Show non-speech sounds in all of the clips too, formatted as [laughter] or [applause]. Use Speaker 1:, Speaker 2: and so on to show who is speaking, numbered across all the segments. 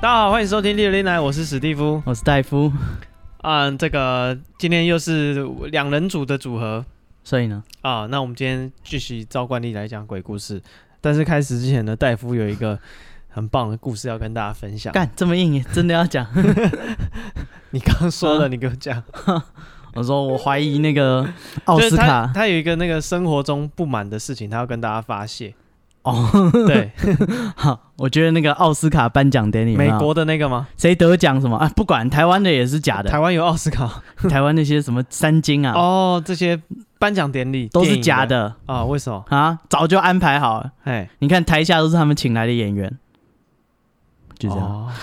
Speaker 1: 大家好，欢迎收听《六零来》，我是史蒂夫。
Speaker 2: 我是戴夫，
Speaker 1: 啊、这个今天又是两人组的组合
Speaker 2: 所以呢，
Speaker 1: 啊。那我们今天继续照惯例来讲鬼故事，但是开始之前呢，戴夫有一个很棒的故事要跟大家分享。
Speaker 2: 干这么硬，
Speaker 1: [laughs]
Speaker 2: 真的要讲？
Speaker 1: 你刚刚说
Speaker 2: 嗯
Speaker 1: 了，你给我讲，
Speaker 2: 我说我怀疑那个
Speaker 1: [laughs]
Speaker 2: 奥
Speaker 1: 就是
Speaker 2: 斯
Speaker 1: 他
Speaker 2: 卡 [laughs]
Speaker 1: 他有一个那个生活中不满的事情，他要跟大家发泄。
Speaker 2: 哦， [laughs]
Speaker 1: 对，
Speaker 2: 好，我觉得那个奥斯卡颁奖典礼有没
Speaker 1: 美
Speaker 2: 有，
Speaker 1: 国的那个吗？
Speaker 2: 谁得奖什么啊？不管台湾的也是假的
Speaker 1: 台，湾有奥斯卡
Speaker 2: 台湾那些什么三金啊，
Speaker 1: 哦，这些颁奖典礼
Speaker 2: 都
Speaker 1: 电
Speaker 2: 是
Speaker 1: 影
Speaker 2: 假
Speaker 1: 的
Speaker 2: 的
Speaker 1: 啊？为什么？
Speaker 2: 啊，早就安排好了。
Speaker 1: 哎，
Speaker 2: 你看台下都是他们请来的演员，就这样。
Speaker 1: 哦 [laughs]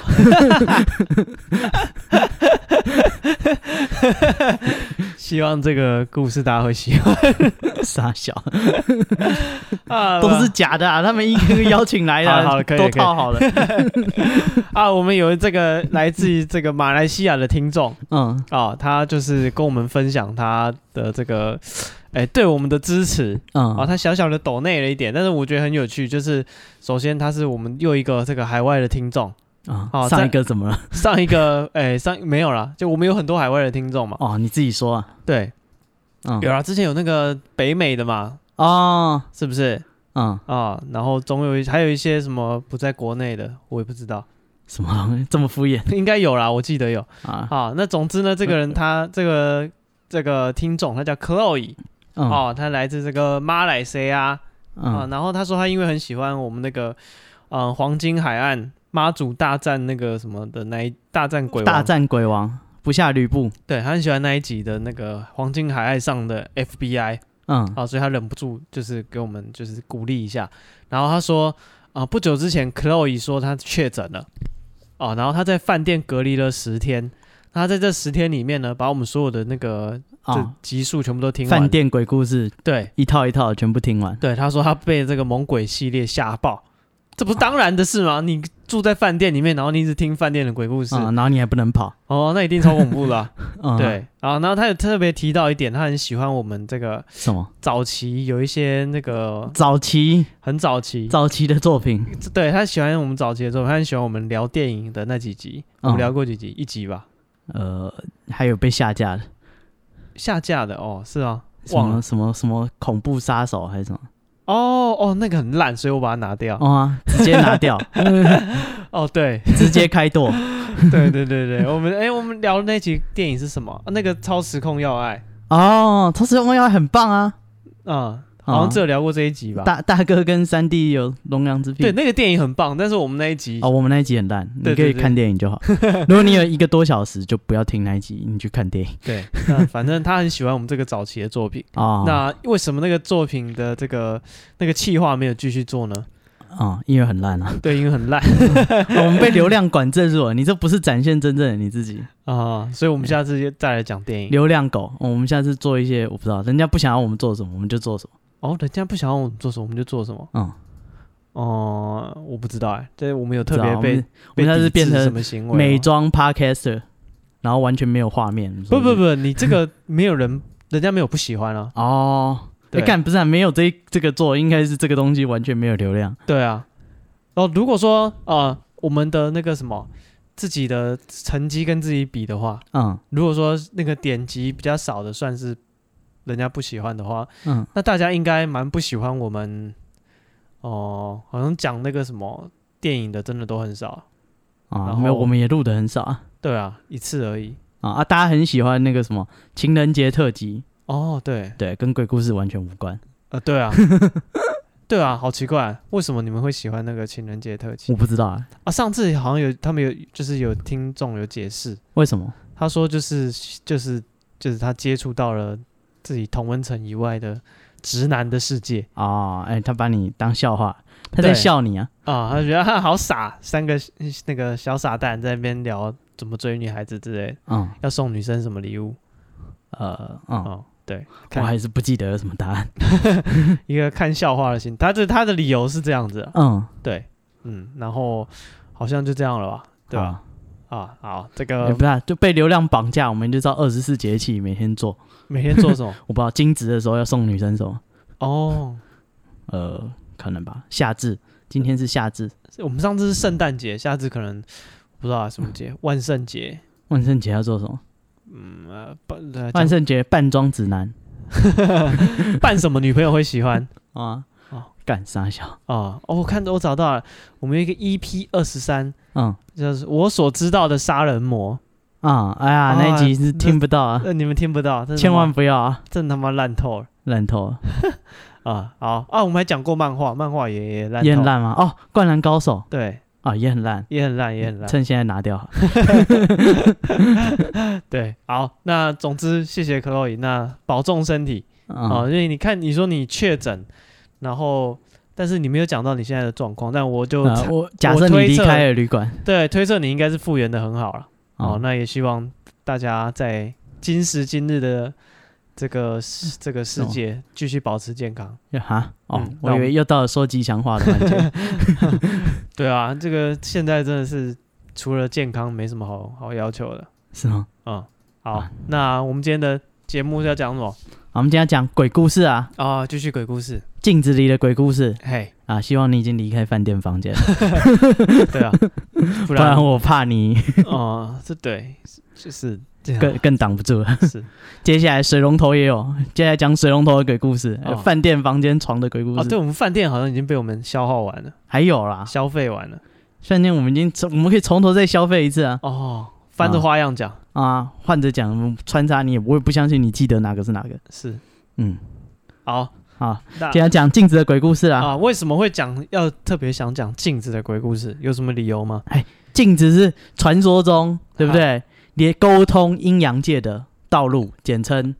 Speaker 1: 希望这个故事大家会喜欢
Speaker 2: 傻笑，
Speaker 1: 啊 [laughs]
Speaker 2: 都是假的啊！他们一个个邀请来
Speaker 1: 好好
Speaker 2: 的，
Speaker 1: 可以
Speaker 2: 都
Speaker 1: 可以 [laughs]
Speaker 2: 套好了。
Speaker 1: 啊，我们有这个来自于这个马来西亚的听众
Speaker 2: 嗯，
Speaker 1: 啊，他就是跟我们分享他的这个，哎，对我们的支持啊，
Speaker 2: 嗯，
Speaker 1: 他小小的抖内了一点，但是我觉得很有趣，就是首先他是我们又一个这个海外的听 [laughs] 众，
Speaker 2: 啊，
Speaker 1: 好
Speaker 2: 上
Speaker 1: 再
Speaker 2: 一个怎么了？
Speaker 1: 上一个哎上没有啦，就我们有很多海外的听众嘛，
Speaker 2: 哦，你自己说啊。
Speaker 1: 对，
Speaker 2: 嗯，
Speaker 1: 有啦，之前有那个北美的嘛，
Speaker 2: 哦，
Speaker 1: 是不是？
Speaker 2: 嗯，
Speaker 1: 啊，然后总有一还有一些什么不在国内的，我也不知道， [laughs]
Speaker 2: 什么 [laughs] 东西这么敷衍
Speaker 1: 应该有啦，我记得有
Speaker 2: 啊？
Speaker 1: 啊。那总之呢，这个人他这个这个听众他叫 Chloe
Speaker 2: 嗯
Speaker 1: 哦，他来自这个马来西亚啊，
Speaker 2: 嗯
Speaker 1: 然后他说他因为很喜欢我们那个嗯、呃黄金海岸妈祖大战那个什么的那一大战鬼
Speaker 2: 大
Speaker 1: 王，
Speaker 2: 战鬼王不下吕布，
Speaker 1: 对他很喜欢那一集的那个黄金海岸上的 FBI
Speaker 2: 嗯
Speaker 1: 啊，所以他忍不住就是给我们就是鼓励一下。然后他说啊、不久之前 Chloe 说他确诊了哦，然后他在饭店隔离了十天。那他在这十天里面呢，把我们所有的那个这
Speaker 2: 啊，
Speaker 1: 集数全部都听完。
Speaker 2: 饭店鬼故事
Speaker 1: 对
Speaker 2: 一套一套的全部听完，
Speaker 1: 对，他说他被这个猛鬼系列吓爆，这不是当然的事吗？你住在饭店里面，然后你一直听饭店的鬼故事，
Speaker 2: 嗯，然后你还不能跑，
Speaker 1: 哦，那一定超恐怖的啊、
Speaker 2: 嗯，
Speaker 1: 对啊，然后他有特别提到一点，他很喜欢我们这个
Speaker 2: 什么
Speaker 1: 早期有一些那个
Speaker 2: 早期
Speaker 1: 很早期，
Speaker 2: 早期的作品，
Speaker 1: 对他喜欢我们早期的作品，他很喜欢我们聊电影的那几集，我
Speaker 2: 嗯
Speaker 1: 们聊过几集，一集吧，
Speaker 2: 呃，还有被下架的，
Speaker 1: 下架的哦，是啊，
Speaker 2: 什
Speaker 1: 忘
Speaker 2: 么
Speaker 1: 了
Speaker 2: 什么什么恐怖杀手还是什么，
Speaker 1: 哦哦，那个很烂，所以我把它拿掉。哦
Speaker 2: 哦啊，直接
Speaker 1: [laughs]
Speaker 2: 拿掉，
Speaker 1: 对
Speaker 2: 直接开剁，
Speaker 1: 对对对对，我们哎、我们聊的那集电影是什么？啊那个超时空要爱
Speaker 2: 哦，超时空要很棒啊，
Speaker 1: 啊、好像
Speaker 2: 啊
Speaker 1: 只有聊过这一集吧。
Speaker 2: 大大哥跟三弟有龙阳之癖
Speaker 1: 对，。那个电影很棒，但是我们那一集
Speaker 2: 哦，我们那一集很烂，
Speaker 1: 对
Speaker 2: 你可以
Speaker 1: 对对
Speaker 2: 看电
Speaker 1: [laughs]
Speaker 2: 影就好。如果你有一个多小时，就不要听那一集，你去看电影
Speaker 1: 对，那反正他很喜欢我们这个早期的作品。
Speaker 2: 哦。
Speaker 1: 那为什么那个作品的这个那个企划没有继续做呢？
Speaker 2: 啊、
Speaker 1: 哦
Speaker 2: 因为很烂啊，
Speaker 1: 对，因为很烂
Speaker 2: [laughs] 我们被流量管制住了。你这不是展现真正的你自己，
Speaker 1: 啊、所以我们下次再来讲电影。
Speaker 2: 流量狗。哦我们下次做一些我不知道，人家不想要我们做什么，我们就做什么。
Speaker 1: 哦，人家不想要我们做什么，我们就做什么。
Speaker 2: 嗯，
Speaker 1: 哦、我不知道哎，这我们有特
Speaker 2: 不知
Speaker 1: 别
Speaker 2: 道啊我
Speaker 1: 被
Speaker 2: 们我们下
Speaker 1: 被
Speaker 2: 次
Speaker 1: 抵
Speaker 2: 变
Speaker 1: 制什
Speaker 2: 成
Speaker 1: 么啊行为吗？
Speaker 2: 美妆 podcaster，然后完全没有画面。
Speaker 1: 不不，不，你这
Speaker 2: [laughs]
Speaker 1: 个没有人，人家没有不喜欢啊。
Speaker 2: 哦，你
Speaker 1: 对
Speaker 2: 看、干不是、啊、没有这这个做，应该是这个东西完全没有流量。
Speaker 1: 对啊。哦，如果说呃，我们的那个什么自己的成绩跟自己比的话，
Speaker 2: 嗯
Speaker 1: 如果说那个点击比较少的算是人家不喜欢的话，
Speaker 2: 嗯，
Speaker 1: 那大家应该蛮不喜欢我们哦、好像讲那个什么电影的真的都很少，
Speaker 2: 啊
Speaker 1: 然，
Speaker 2: 没有，
Speaker 1: 后
Speaker 2: 我们也录的很少啊
Speaker 1: 对啊，一次而已。
Speaker 2: 啊啊！大家很喜欢那个什么情人节特辑，
Speaker 1: 哦，对，
Speaker 2: 对，跟鬼故事完全无关。
Speaker 1: 呃，对 [laughs] 啊，对啊，好奇怪，为什么你们会喜欢那个情人节特辑
Speaker 2: 我不知道啊，
Speaker 1: 啊？上次好像有他们有就是有听众有解释，
Speaker 2: 为什么？
Speaker 1: 他说就是就是就是他接触到了自己同温层以外的直男的世界。
Speaker 2: 哦，哎、他把你当笑话，他在
Speaker 1: 对
Speaker 2: 笑你啊。
Speaker 1: 啊、他觉得他好傻，三个那个小傻蛋在那边聊怎么追女孩子之类的，
Speaker 2: 嗯，
Speaker 1: 要送女生什么礼物
Speaker 2: 呃，嗯，
Speaker 1: 哦，对，
Speaker 2: 我
Speaker 1: 看
Speaker 2: 还是不记得有什么答案。
Speaker 1: 啊一个看笑话的心，他这他的理由是这样子啊，
Speaker 2: 嗯，
Speaker 1: 对，嗯，然后好像就这样了吧，对吧？
Speaker 2: 好？
Speaker 1: 啊，好，这
Speaker 2: 也
Speaker 1: 个
Speaker 2: 不是啊，就被流量绑架，我们就知道二十四节气每天做。
Speaker 1: 每天做什
Speaker 2: [laughs]
Speaker 1: 么？
Speaker 2: 我不知道惊蛰的时候要送女生什么，
Speaker 1: 哦，
Speaker 2: 呃，可能吧。夏至，今天是夏至，
Speaker 1: 我们上次是圣诞节，下次可能不知道、啊、什么节，万圣节，
Speaker 2: 万圣节要做什
Speaker 1: [laughs]
Speaker 2: 么？
Speaker 1: 嗯，呃扮呃 [laughs]
Speaker 2: 万圣节扮装指南
Speaker 1: 讲扮什么女朋友会喜欢
Speaker 2: 啊
Speaker 1: 哦，
Speaker 2: 干傻小，
Speaker 1: 啊、哦？我看到我找到了，我们有一个 EP 二十三，
Speaker 2: 嗯
Speaker 1: 就是我所知道的杀人魔，
Speaker 2: 啊，哎呀，那一集是听不到啊，
Speaker 1: 哦那、你们听不到，真他妈
Speaker 2: 千万不要啊，
Speaker 1: 真他妈烂透了
Speaker 2: 烂透了，
Speaker 1: 啊！好啊，我们还讲过漫画，漫画也也烂
Speaker 2: 也
Speaker 1: 透
Speaker 2: 很，烂吗？哦，灌篮高手
Speaker 1: 对，
Speaker 2: 啊，也很烂，
Speaker 1: 也很烂，也很烂，
Speaker 2: 趁现在拿掉好了，
Speaker 1: 对。好，那总之谢谢 Chloe，那保重身体啊、
Speaker 2: 啊，
Speaker 1: 因为你看你说你确诊，然后但是你没有讲到你现在的状况，但我就、
Speaker 2: 呃我假设你
Speaker 1: 推
Speaker 2: 离
Speaker 1: 测
Speaker 2: 开了旅馆，
Speaker 1: 对推测你应该是复原的很好了。哦，
Speaker 2: 啊
Speaker 1: 那也希望大家在今时今日的这个世这个世
Speaker 2: 什么
Speaker 1: 界继续保持健康。
Speaker 2: 呀哈，哦
Speaker 1: 嗯，那
Speaker 2: 我
Speaker 1: 我
Speaker 2: 以为又到了说吉祥话的环节，
Speaker 1: [laughs] 对啊，这个现在真的是除了健康没什么好好要求的。
Speaker 2: 是哦吗？
Speaker 1: 嗯，好，
Speaker 2: 啊
Speaker 1: 那我们今天的节目是要讲什么
Speaker 2: 好我们今天要讲鬼故事啊，
Speaker 1: 啊？继续鬼故事。
Speaker 2: 镜子里的鬼故事
Speaker 1: 嘿，
Speaker 2: 啊，希望你已经离开饭店房间了，
Speaker 1: 对
Speaker 2: [laughs]
Speaker 1: 啊，不
Speaker 2: 不
Speaker 1: 然
Speaker 2: 然我怕
Speaker 1: [laughs]
Speaker 2: 你
Speaker 1: 哦，这对，就是这样
Speaker 2: 更更挡不住了。
Speaker 1: 是
Speaker 2: 接下来水龙头也有，接下来讲水龙头的鬼故事，还有
Speaker 1: 哦
Speaker 2: 饭店房间床的鬼故
Speaker 1: 哦，
Speaker 2: 事，
Speaker 1: 对我们饭店好像已经被我们消耗完了，
Speaker 2: 还有啦，
Speaker 1: 消费完了。
Speaker 2: 饭店我们已经从我们可以从头再消费一次啊
Speaker 1: 哦，翻着花样讲，
Speaker 2: 啊，换着讲穿插你也，我也不相信你记得哪个是哪个，
Speaker 1: 是
Speaker 2: 嗯，
Speaker 1: 好，
Speaker 2: 好，
Speaker 1: 那
Speaker 2: 接下来讲镜子的鬼故事啊，
Speaker 1: 啊，为什么会讲要特别想讲镜子的鬼故事？有什么理由吗？
Speaker 2: 镜子是传说中对不
Speaker 1: 啊
Speaker 2: 对？连沟通阴阳界的道路，简称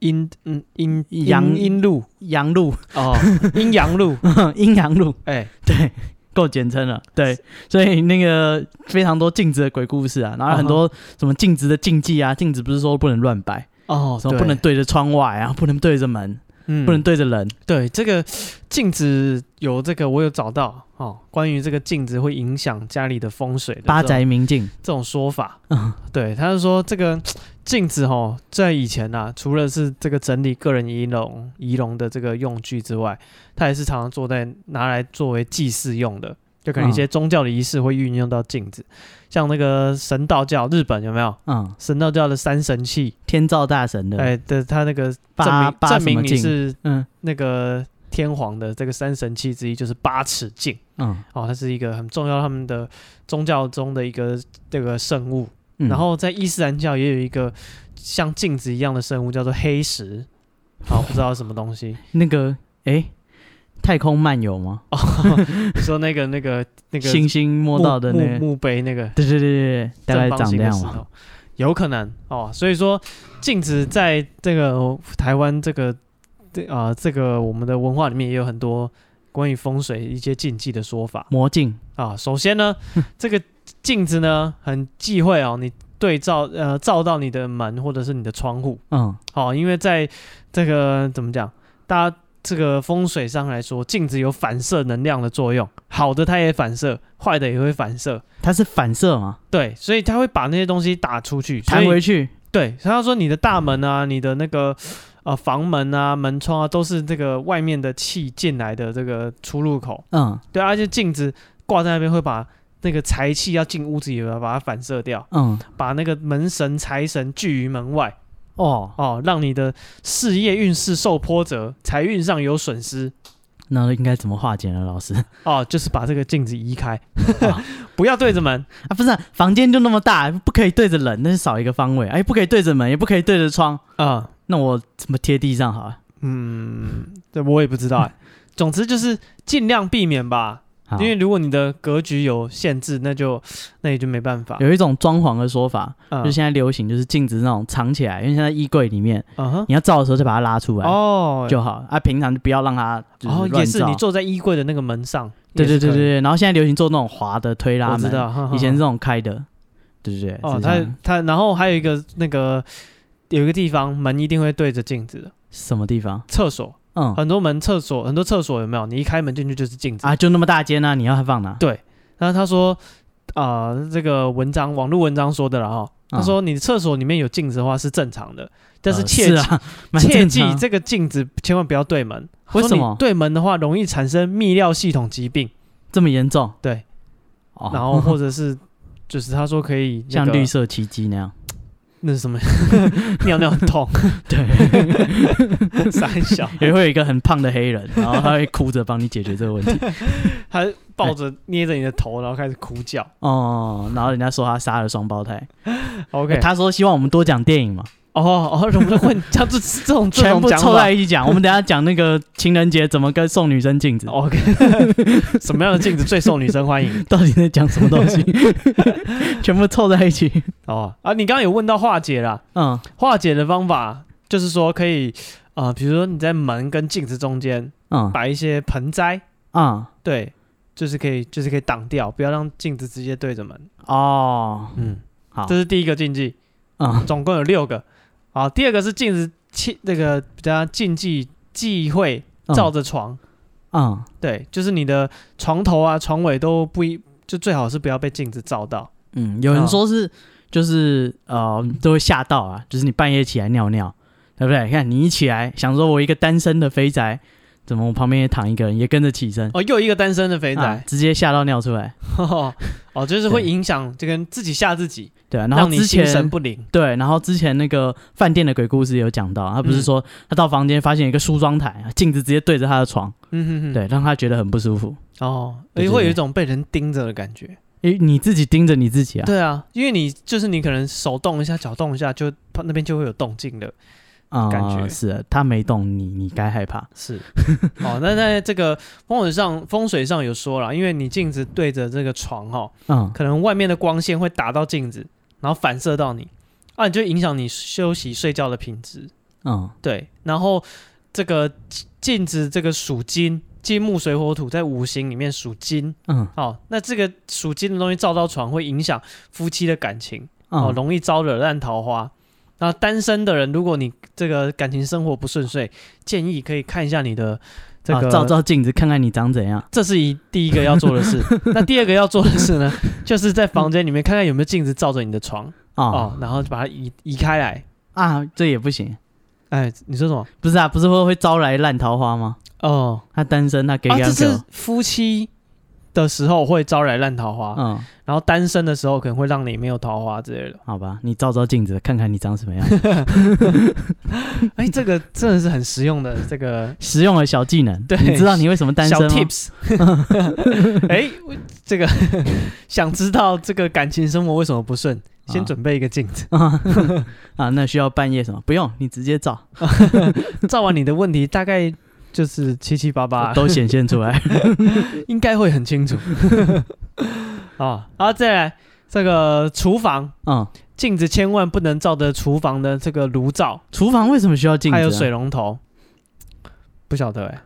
Speaker 1: 阴嗯阴
Speaker 2: 阳
Speaker 1: 阴阴路
Speaker 2: 阳路， [laughs]
Speaker 1: 哦，阴阳路，
Speaker 2: 阴阳路， [laughs]
Speaker 1: 哎，
Speaker 2: 对，够简称了。对，所以那个非常多镜子的鬼故事啊，然后很多什么镜子的禁忌啊，镜子不是说不能乱摆，
Speaker 1: 哦，
Speaker 2: 什么不能对着窗外啊，不能对着门，
Speaker 1: 嗯
Speaker 2: 不能对着人。
Speaker 1: 对这个镜子有这个，我有找到哦，关于这个镜子会影响家里的风水的
Speaker 2: 八
Speaker 1: 这种
Speaker 2: 宅明镜，
Speaker 1: 这种说法。
Speaker 2: 嗯
Speaker 1: 对，他是说这个镜子哈，在以前呐、除了是这个整理个人仪容仪容的这个用具之外，它也是常常做在拿来作为祭祀用的。就可
Speaker 2: 嗯
Speaker 1: 能一些宗教的仪式会运用到镜子，像那个神道教日本有没有？
Speaker 2: 嗯，
Speaker 1: 神道教的三神器，
Speaker 2: 天照大神的
Speaker 1: 哎，的它那个证
Speaker 2: 嗯八
Speaker 1: 明
Speaker 2: 八
Speaker 1: 证
Speaker 2: 什
Speaker 1: 明
Speaker 2: 么
Speaker 1: 你
Speaker 2: 镜？
Speaker 1: 是
Speaker 2: 嗯
Speaker 1: 那个天皇的这个三神器之一，就是八尺镜
Speaker 2: 嗯
Speaker 1: 哦，它是一个很重要他们的宗教中的一个这个圣物。
Speaker 2: 嗯，
Speaker 1: 然后在伊斯兰教也有一个像镜子一样的生物，叫做黑石，好、不知道什么东
Speaker 2: [laughs]
Speaker 1: 西。
Speaker 2: 嗯那个哎，太空漫游吗？
Speaker 1: 哦，你说那个那个那个
Speaker 2: 星星摸
Speaker 1: 墓
Speaker 2: 到的那
Speaker 1: 墓
Speaker 2: 个，
Speaker 1: 墓碑那个
Speaker 2: 对对对对，对大概
Speaker 1: 正方
Speaker 2: 长
Speaker 1: 形
Speaker 2: 这
Speaker 1: 的
Speaker 2: 样
Speaker 1: 石
Speaker 2: 嘛。
Speaker 1: 头，有可能哦。所以说，镜子在这个呃台湾这个这啊、这个我们的文化里面也有很多关于风水一些禁忌的说法。
Speaker 2: 魔镜，
Speaker 1: 啊，首先
Speaker 2: [laughs]
Speaker 1: 呢，这个镜子呢很忌讳哦，你对照呃照到你的门或者是你的窗户，
Speaker 2: 嗯
Speaker 1: 哦，因为在这个怎么讲，大家这个风水上来说，镜子有反射能量的作用，好的它也反射，坏的也会反射，
Speaker 2: 它是反射嘛，
Speaker 1: 对，所以它会把那些东西打出去，所
Speaker 2: 弹
Speaker 1: 以
Speaker 2: 回去，
Speaker 1: 对，所以他说你的大门啊，你的那个呃房门啊、门窗啊，都是这个外面的气进来的这个出入口，
Speaker 2: 嗯
Speaker 1: 对、啊，而且镜子挂在那边会把。那个财气要进屋子，也要把它反射掉，
Speaker 2: 嗯，
Speaker 1: 把那个门神、财神拒于门外。
Speaker 2: 哦，
Speaker 1: 哦，让你的事业运势受波折，财运上有损失
Speaker 2: 那应该怎么化解呢？老师啊，
Speaker 1: 哦，就是把这个镜子移开，
Speaker 2: 啊
Speaker 1: [laughs] 不要对着门。
Speaker 2: 不是啊、房间就那么大，不可以对着人，那是少一个方位，哎，不可以对着门，也不可以对着窗，
Speaker 1: 啊，
Speaker 2: 那我怎么贴地上好了？
Speaker 1: 嗯，这我也不知
Speaker 2: [laughs]
Speaker 1: 道哎。总之就是尽量避免吧，
Speaker 2: 好
Speaker 1: 因为如果你的格局有限制，那就那也就没办法。
Speaker 2: 有一种装潢的说法，
Speaker 1: 嗯
Speaker 2: 就现在流行，就是镜子那种藏起来，因为现在衣柜里面，
Speaker 1: 嗯哼，
Speaker 2: 你要照的时候就把它拉出来
Speaker 1: 哦，
Speaker 2: 就好，啊，平常就不要让它就是
Speaker 1: 哦也
Speaker 2: 乱
Speaker 1: 是
Speaker 2: 照
Speaker 1: 你坐在衣柜的那个门上，
Speaker 2: 对对
Speaker 1: 也是
Speaker 2: 对对
Speaker 1: 可以，
Speaker 2: 对，然后现在流行做那种滑的推拉
Speaker 1: 我知
Speaker 2: 门，
Speaker 1: 道，哈哈
Speaker 2: 以前是这种开的，对对对，
Speaker 1: 嗯哦，
Speaker 2: 是这
Speaker 1: 他
Speaker 2: 样
Speaker 1: 他然后还有一个那个有一个地方门一定会对着镜子的，
Speaker 2: 什么地方？
Speaker 1: 厕所。
Speaker 2: 嗯
Speaker 1: 很多门厕所，很多厕所有没有？你一开门进去就是镜子。
Speaker 2: 啊，就那么大间啊，你要它放哪？
Speaker 1: 然后他说，啊、这个文章网络文章说的了哈，他说你厕所里面有镜子的话是正常的，但是
Speaker 2: 嗯呃
Speaker 1: 切
Speaker 2: 是
Speaker 1: 记、
Speaker 2: 啊， [laughs] 蛮
Speaker 1: 切
Speaker 2: 正
Speaker 1: 记
Speaker 2: 常
Speaker 1: 这个镜子千万不要对门，
Speaker 2: 为
Speaker 1: 说
Speaker 2: 什
Speaker 1: 你
Speaker 2: 么
Speaker 1: 对门的话容易产生泌尿系统疾病，
Speaker 2: 这么严重？
Speaker 1: 对，
Speaker 2: 哦
Speaker 1: 然后或者是 [laughs] 就是他说可以、那
Speaker 2: 像
Speaker 1: 个
Speaker 2: 绿色奇迹那样。
Speaker 1: 那是什么 [laughs] 尿尿很痛，
Speaker 2: 对，
Speaker 1: [laughs] 三小
Speaker 2: [laughs] 也会有一个很胖的黑人，然后他会哭着帮你解决这
Speaker 1: [laughs]
Speaker 2: 个问题。
Speaker 1: 他抱着捏着你的头，然后开始哭叫。
Speaker 2: 哦，然后人家说他杀了双胞胎，
Speaker 1: OK，
Speaker 2: 哎他说希望我们多讲电影嘛，
Speaker 1: 哦哦，我们混 [laughs] 这这这种这
Speaker 2: 全
Speaker 1: 种
Speaker 2: 部
Speaker 1: 讲
Speaker 2: 凑
Speaker 1: 法
Speaker 2: 在一起讲。我们等一下讲那个情人节怎么跟送女生镜子，
Speaker 1: 哦 OK，什 [laughs] 么样的镜子最受女生欢迎？
Speaker 2: 到底在讲什么东
Speaker 1: [laughs]
Speaker 2: 西？全部凑在一起。
Speaker 1: 哦啊，你刚刚有问到化解啦，
Speaker 2: 嗯，
Speaker 1: 化解的方法就是说可以啊、呃比如说你在门跟镜子中间
Speaker 2: 嗯
Speaker 1: 摆一些盆栽，
Speaker 2: 嗯
Speaker 1: 对，就是可以就是可以挡掉，不要让镜子直接对着门。
Speaker 2: 哦，
Speaker 1: 嗯，
Speaker 2: 好
Speaker 1: 这是第一个禁忌，
Speaker 2: 嗯
Speaker 1: 总共有六个。好，第二个是镜子气那个比较禁忌忌讳
Speaker 2: 嗯
Speaker 1: 照着床，
Speaker 2: 嗯
Speaker 1: 对，就是你的床头啊、床尾都不一，就最好是不要被镜子照到。
Speaker 2: 嗯，有人说是就是呃都会吓到啊，就是你半夜起来尿尿，对不对？你看你一起来想说我一个单身的肥宅，怎么我旁边也躺一个人，也跟着起身，
Speaker 1: 哦，又一个单身的肥
Speaker 2: 啊
Speaker 1: 仔，
Speaker 2: 直接吓到尿出来。
Speaker 1: [laughs] 哦就是会
Speaker 2: 对
Speaker 1: 影响这个自己吓自己，
Speaker 2: 对啊，然后
Speaker 1: 让你
Speaker 2: 之
Speaker 1: 心
Speaker 2: 前
Speaker 1: 神不宁。
Speaker 2: 对，然后之前那个饭店的鬼故事有讲到，他不是
Speaker 1: 嗯
Speaker 2: 说他到房间发现一个梳妆台，镜子直接对着他的床，
Speaker 1: 嗯哼哼，
Speaker 2: 对，让他觉得很不舒服。
Speaker 1: 哦，
Speaker 2: 对
Speaker 1: 也
Speaker 2: 对
Speaker 1: 会有
Speaker 2: 对啊
Speaker 1: 一种被人盯着的感觉。
Speaker 2: 诶，你自己盯着你自己啊，
Speaker 1: 对啊，因为你就是你可能手动一下、脚动一下，就那边就会有动静的。
Speaker 2: 啊、
Speaker 1: 感觉
Speaker 2: 是啊他没动你，你该害怕。
Speaker 1: 是， [laughs] 哦，那在这个风水上，风水上有说了，因为你镜子对着这个床哈、哦，
Speaker 2: 嗯，
Speaker 1: 可能外面的光线会打到镜子，然后反射到你，啊，你就影响你休息睡觉的品质。
Speaker 2: 嗯，
Speaker 1: 对，然后这个镜子这个属金，金木水火土在五行里面属金，
Speaker 2: 嗯，
Speaker 1: 哦，那这个属金的东西照到床会影响夫妻的感情，
Speaker 2: 嗯，
Speaker 1: 哦，容易招惹烂桃花。那单身的人，如果你这个感情生活不顺遂，建议可以看一下你的这个，
Speaker 2: 啊、照照镜子看看你长怎样。
Speaker 1: 这是一第一个要做的
Speaker 2: [laughs]
Speaker 1: 事。那第二个要做的事呢，就是在房间里面看看有没有镜子照着你的床
Speaker 2: 哦
Speaker 1: 哦，然后就把它移移开来。
Speaker 2: 啊，这也不行，
Speaker 1: 哎，你说什么？
Speaker 2: 不是啊，不是会会招来烂桃花吗？
Speaker 1: 哦，
Speaker 2: 他单身，他给
Speaker 1: 啊，
Speaker 2: 两
Speaker 1: 这是
Speaker 2: 个，
Speaker 1: 夫妻的时候会招来烂桃花，
Speaker 2: 嗯，
Speaker 1: 然后单身的时候可能会让你没有桃花之类
Speaker 2: [laughs]
Speaker 1: 的。
Speaker 2: 好吧，你照照镜子看看你长什么样， [laughs]
Speaker 1: 哎，这个真的是很实用的这个
Speaker 2: 实用的小技能。
Speaker 1: [laughs] 对
Speaker 2: 你知道你为什么单
Speaker 1: 小
Speaker 2: 身吗？
Speaker 1: tips。哎，
Speaker 2: [laughs]
Speaker 1: 这个 [laughs] 想知道这个感情生活为什么不顺，先
Speaker 2: 啊
Speaker 1: 准备一个镜子，
Speaker 2: 啊 [laughs] 啊，那需要半夜什么？不用，你直接照，
Speaker 1: 照完你的问题大概就是七七八八，
Speaker 2: 哦都显现出来。
Speaker 1: [laughs]
Speaker 2: [laughs]
Speaker 1: 应该会很清楚。啊，然后再来这个厨房
Speaker 2: 嗯，
Speaker 1: 镜子千万不能照着厨房的这个炉灶。
Speaker 2: 厨房为什么需要镜子、啊？
Speaker 1: 还有水，龙头，不晓得哎、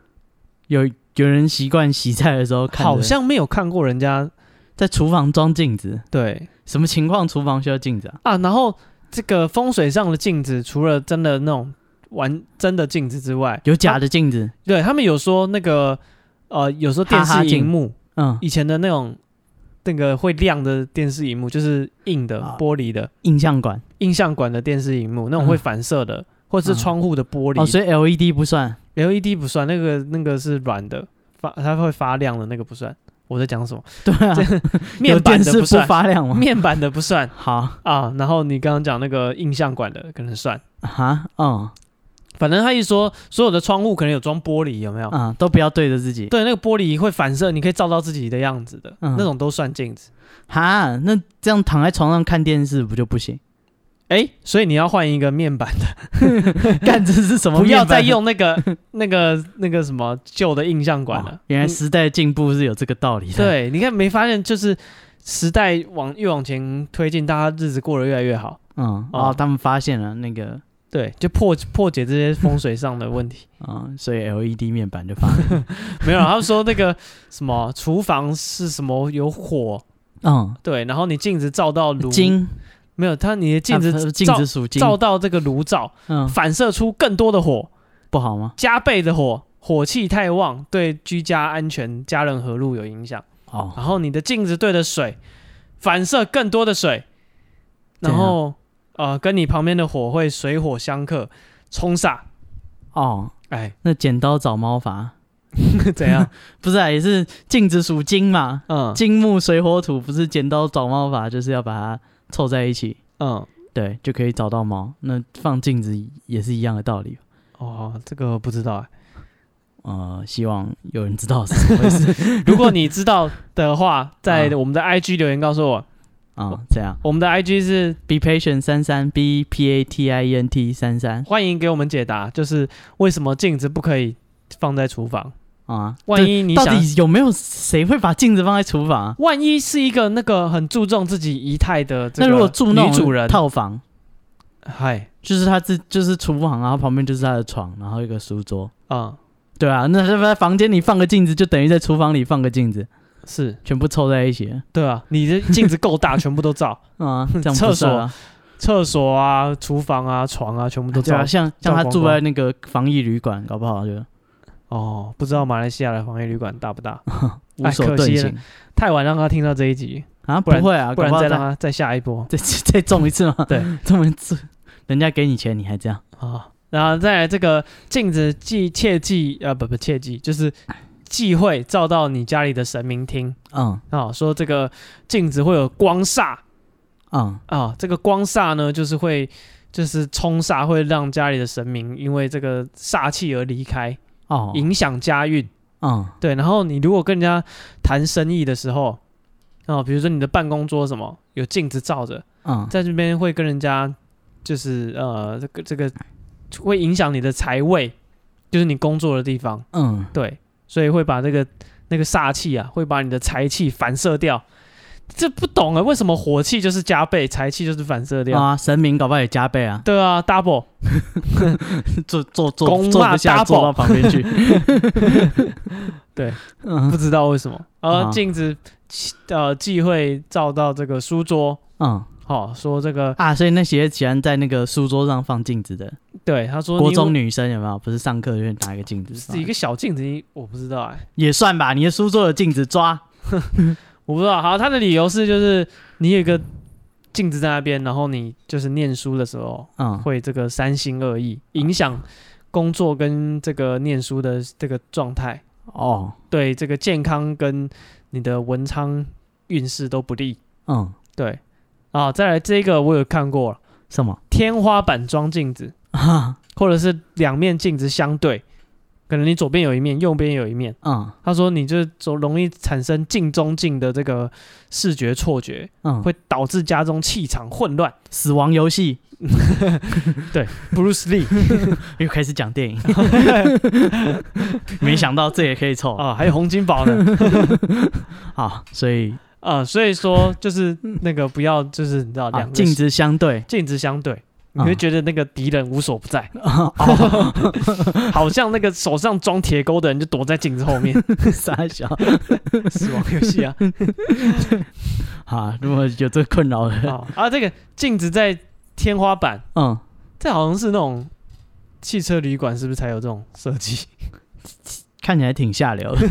Speaker 2: 有有人习惯洗菜的时候看着，
Speaker 1: 好像没有看过人家
Speaker 2: 在厨房装镜子。
Speaker 1: 对
Speaker 2: 什么情况厨房需要镜子啊？
Speaker 1: 啊。然后这个风水上的镜子，除了真的那种玩真的镜子之外，
Speaker 2: 有假
Speaker 1: 的。
Speaker 2: 的镜子，
Speaker 1: 对他们有说那个呃，有时候电
Speaker 2: 哈哈
Speaker 1: 视
Speaker 2: 镜
Speaker 1: 荧幕
Speaker 2: 嗯，
Speaker 1: 以前的那种那个会亮的电视荧幕，就是硬的
Speaker 2: 啊
Speaker 1: 玻璃的
Speaker 2: 印象馆
Speaker 1: 映像管的电视荧幕，那种会
Speaker 2: 嗯
Speaker 1: 反射的，或是
Speaker 2: 嗯
Speaker 1: 窗户的玻璃。
Speaker 2: 哦，所以 LED 不算
Speaker 1: LED 不算，那个那个是软的，发它会发亮的那个不算。我在讲什么？ [laughs]
Speaker 2: 对啊，
Speaker 1: 面
Speaker 2: 有
Speaker 1: 板
Speaker 2: 电
Speaker 1: 的
Speaker 2: 视不
Speaker 1: 算，
Speaker 2: 发 [laughs] 亮吗？
Speaker 1: 面板的不算
Speaker 2: 好
Speaker 1: 啊。然后你刚刚讲那个印象馆的可能算，
Speaker 2: 哈，嗯
Speaker 1: 反正他一说所有的窗户可能有装玻璃，有没有？
Speaker 2: 嗯，都不要对着自己。
Speaker 1: 对，那个玻璃会反射，你可以照到自己的样子的，
Speaker 2: 嗯
Speaker 1: 那种都算镜子。
Speaker 2: 哈，那这样躺在床上看电视不就
Speaker 1: [laughs]
Speaker 2: 不行？
Speaker 1: 哎，所以你要换一个面板的，
Speaker 2: 干这是什么
Speaker 1: 不
Speaker 2: 面
Speaker 1: 要
Speaker 2: 板？
Speaker 1: 再
Speaker 2: 哦 [laughs]
Speaker 1: 用那个 [laughs] 那个那个什么旧的印象馆
Speaker 2: 哦
Speaker 1: 了。
Speaker 2: 原来
Speaker 1: 嗯
Speaker 2: 时代进步是有这个道理的。，
Speaker 1: 对，你看没发现就是时代往越往前推进，大家日子过得越来越好。
Speaker 2: 嗯，
Speaker 1: 哦
Speaker 2: 哦，他们发现了那个，
Speaker 1: 对，就破破解这些风水上的问题。
Speaker 2: [laughs] 嗯，所以 LED 面板就发
Speaker 1: [laughs]
Speaker 2: 明了。
Speaker 1: 没有啦，他们说那个什么厨房是什么有火，
Speaker 2: 嗯，
Speaker 1: 对，然后你镜子照到炉，
Speaker 2: 金
Speaker 1: 没有，它你的镜子
Speaker 2: 啊
Speaker 1: 照
Speaker 2: 镜子属金，
Speaker 1: 啊呃照到这个炉灶，
Speaker 2: 嗯，
Speaker 1: 反射出更多的火，
Speaker 2: 不好吗？
Speaker 1: 加倍的火，火气太旺对居家安全、家人和睦有影响。
Speaker 2: 哦，
Speaker 1: 然后你的镜子对着水，反射更多的水，然后呃跟你旁边的火会水火相克，冲煞。
Speaker 2: 哦，
Speaker 1: 哎，
Speaker 2: 那剪刀找猫法，
Speaker 1: [laughs] 怎样？
Speaker 2: 不是啊，也是镜子属金嘛，
Speaker 1: 嗯
Speaker 2: [laughs] 金木水火土，不是剪刀找猫法，就是要把它凑在一起，
Speaker 1: 嗯，
Speaker 2: 对，就可以找到猫。那放镜子也是一样的道理。
Speaker 1: 哦，这个不知道哎。
Speaker 2: 呃，希望有人知道是什么回事
Speaker 1: 如果你知道的
Speaker 2: [laughs]
Speaker 1: 话，在我们的 IG 留言告诉我。
Speaker 2: 啊、这样
Speaker 1: 我们的 IG 是
Speaker 2: ，be patient 三三 b p a t i e n t 三三
Speaker 1: 欢迎给我们解答，就是为什么镜子不可以放在厨房？
Speaker 2: 啊。
Speaker 1: 万一你
Speaker 2: 到
Speaker 1: 想，
Speaker 2: 底有没有谁会把镜子放在厨房、啊？
Speaker 1: 万一是一个那个很注重自己仪态的这
Speaker 2: 那
Speaker 1: 个
Speaker 2: 如果住那
Speaker 1: 女主
Speaker 2: 种
Speaker 1: 人，
Speaker 2: 套房，
Speaker 1: 嗨，
Speaker 2: 就是他自就是厨房，然后旁边就是他的床，然后一个书桌，
Speaker 1: 嗯，
Speaker 2: 对啊，那他在房间里放个镜子，就等于在厨房里放个镜子，
Speaker 1: 是
Speaker 2: 全部凑在一起了
Speaker 1: 对啊，你的镜子够 [laughs] 大，全部都照， [laughs]
Speaker 2: 啊，这样
Speaker 1: 厕
Speaker 2: 不算啊
Speaker 1: 厕所啊、厨房啊、床啊，全部都
Speaker 2: 对
Speaker 1: 照
Speaker 2: 啊，。像
Speaker 1: 照
Speaker 2: 像他
Speaker 1: 光
Speaker 2: 住
Speaker 1: 光
Speaker 2: 在那个防疫旅馆，搞不好就
Speaker 1: 哦，不知道马来西亚的防疫旅馆大不大？
Speaker 2: 无所
Speaker 1: 哎可惜
Speaker 2: 遁
Speaker 1: 了
Speaker 2: 形
Speaker 1: 太晚让他听到这一集，
Speaker 2: 啊，
Speaker 1: 不
Speaker 2: 不
Speaker 1: 然
Speaker 2: 会啊，
Speaker 1: 不然
Speaker 2: 搞
Speaker 1: 再
Speaker 2: 好
Speaker 1: 让他再下一波
Speaker 2: [laughs] 再再再中一次吗？
Speaker 1: 对，
Speaker 2: [laughs] 中一次，人家给你钱你还这样
Speaker 1: 啊。然后再来这个镜子忌切记呃不不切记就是忌讳照到你家里的神明听
Speaker 2: 嗯
Speaker 1: 啊，说这个镜子会有光煞
Speaker 2: 嗯
Speaker 1: 啊，这个光煞呢就是会就是冲煞，会让家里的神明因为这个煞气而离开，
Speaker 2: 哦
Speaker 1: 影响家运。
Speaker 2: 嗯
Speaker 1: 对，然后你如果跟人家谈生意的时候，哦，比如说你的办公桌什么有镜子照着，
Speaker 2: 嗯
Speaker 1: 在这边会跟人家就是呃，这个这个会影响你的财位，就是你工作的地方，
Speaker 2: 嗯，
Speaker 1: 对，所以会把这个那个煞气啊，会把你的财气反射掉。这不懂啊，为什么火气就是加倍，财气就是反射掉？
Speaker 2: 啊，神明搞不好也加
Speaker 1: [laughs]
Speaker 2: 倍啊，
Speaker 1: 对啊，double
Speaker 2: 坐坐
Speaker 1: 公
Speaker 2: 坐坐
Speaker 1: 骂
Speaker 2: 不下，坐
Speaker 1: double
Speaker 2: 到旁边 [laughs] 去，
Speaker 1: 对，
Speaker 2: 嗯
Speaker 1: 不知道为什么，呃，
Speaker 2: 啊
Speaker 1: 镜子呃忌讳照到这个书桌，
Speaker 2: 嗯
Speaker 1: 好、说这个
Speaker 2: 啊，所以那些喜欢在那个书桌上放镜子的
Speaker 1: 对他说
Speaker 2: 国
Speaker 1: 你
Speaker 2: 中女生有没有？不是上课就会拿一个镜子放
Speaker 1: 是一个小镜子，你我不知道哎、
Speaker 2: 也算吧，你的书桌有镜子抓，
Speaker 1: 我不知道。好，他的理由是就是你有一个镜子在那边，然后你就是念书的时候
Speaker 2: 嗯
Speaker 1: 会这个三心二意，影响工作跟这个念书的这个状态，
Speaker 2: 哦
Speaker 1: 对这个健康跟你的文昌运势都不利。
Speaker 2: 嗯
Speaker 1: 对，啊，再来这个我有看过了，
Speaker 2: 什么 [laughs]
Speaker 1: 天花板装镜子，
Speaker 2: 啊
Speaker 1: 或者是两面镜子相对，可能你左边有一面，右边有一面。
Speaker 2: 嗯
Speaker 1: 他说你就总容易产生镜中镜的这个视觉错觉，
Speaker 2: 嗯
Speaker 1: 会导致家中气场混乱。
Speaker 2: 死亡游戏
Speaker 1: Bruce Lee
Speaker 2: 又开始讲电影，没想到这也可以凑啊
Speaker 1: 啊，还有洪金宝呢
Speaker 2: 好，所以
Speaker 1: 啊，所以说就是那个不要就是你知道
Speaker 2: 啊
Speaker 1: 两个
Speaker 2: 镜子
Speaker 1: [laughs]
Speaker 2: 相对
Speaker 1: 镜子相对。你
Speaker 2: 啊
Speaker 1: 会觉得那个敌人无所不在，
Speaker 2: 哦，
Speaker 1: [laughs] 好像那个手上装铁钩的人就躲在镜子后
Speaker 2: [laughs]
Speaker 1: 面。
Speaker 2: 傻小
Speaker 1: 死亡游戏啊，
Speaker 2: 啊，如果有这个困扰的，
Speaker 1: 啊啊！这个镜子在天花板，
Speaker 2: 嗯，
Speaker 1: 这好像是那种汽车旅馆，是不是才有这种设
Speaker 2: [laughs]
Speaker 1: 计？
Speaker 2: 看起来挺下流的。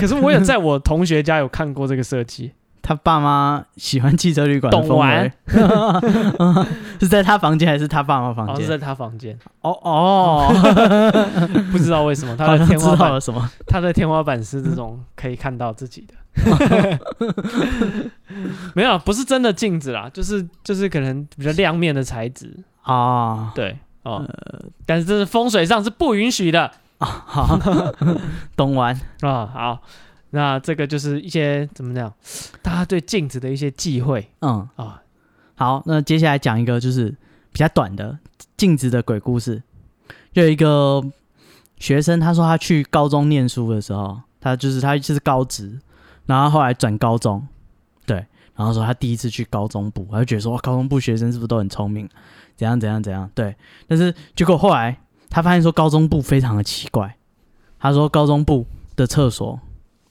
Speaker 1: 可是我有在我同学家有看过这个设计，
Speaker 2: 他爸妈喜欢汽车旅馆的
Speaker 1: 懂玩
Speaker 2: 氛围， [laughs] 是在他房间还是他爸妈
Speaker 1: 好
Speaker 2: 房
Speaker 1: 像是
Speaker 2: 间？
Speaker 1: 在他房间，
Speaker 2: 哦哦，
Speaker 1: 不知道为
Speaker 2: [laughs]
Speaker 1: 什么他
Speaker 2: 好
Speaker 1: 的
Speaker 2: 像
Speaker 1: 天
Speaker 2: 知
Speaker 1: 花
Speaker 2: 道
Speaker 1: 板
Speaker 2: 了，什么？
Speaker 1: 他的天花板是这种可以看到自己的。 [laughs] 没有，不是真的镜子啦，就是就是可能比较亮面的材质，
Speaker 2: 哦，
Speaker 1: 对哦，但是这是风水上是不允许的
Speaker 2: 啊，
Speaker 1: [laughs]
Speaker 2: 好，懂玩
Speaker 1: 啊。好，那这个就是一些怎么讲，大家对镜子的一些忌讳
Speaker 2: 嗯，
Speaker 1: 啊。
Speaker 2: 好，那接下来讲一个就是比较短的镜子的鬼故事。就有一个学生，他说他去高中念书的时候，他就是他就是高职，然后后来转高中，对，然后说他第一次去高中部，他就觉得说哇，高中部学生是不是都很聪明，怎样怎样怎样，对，但是结果后来他发现说高中部非常的奇怪，他说高中部的厕所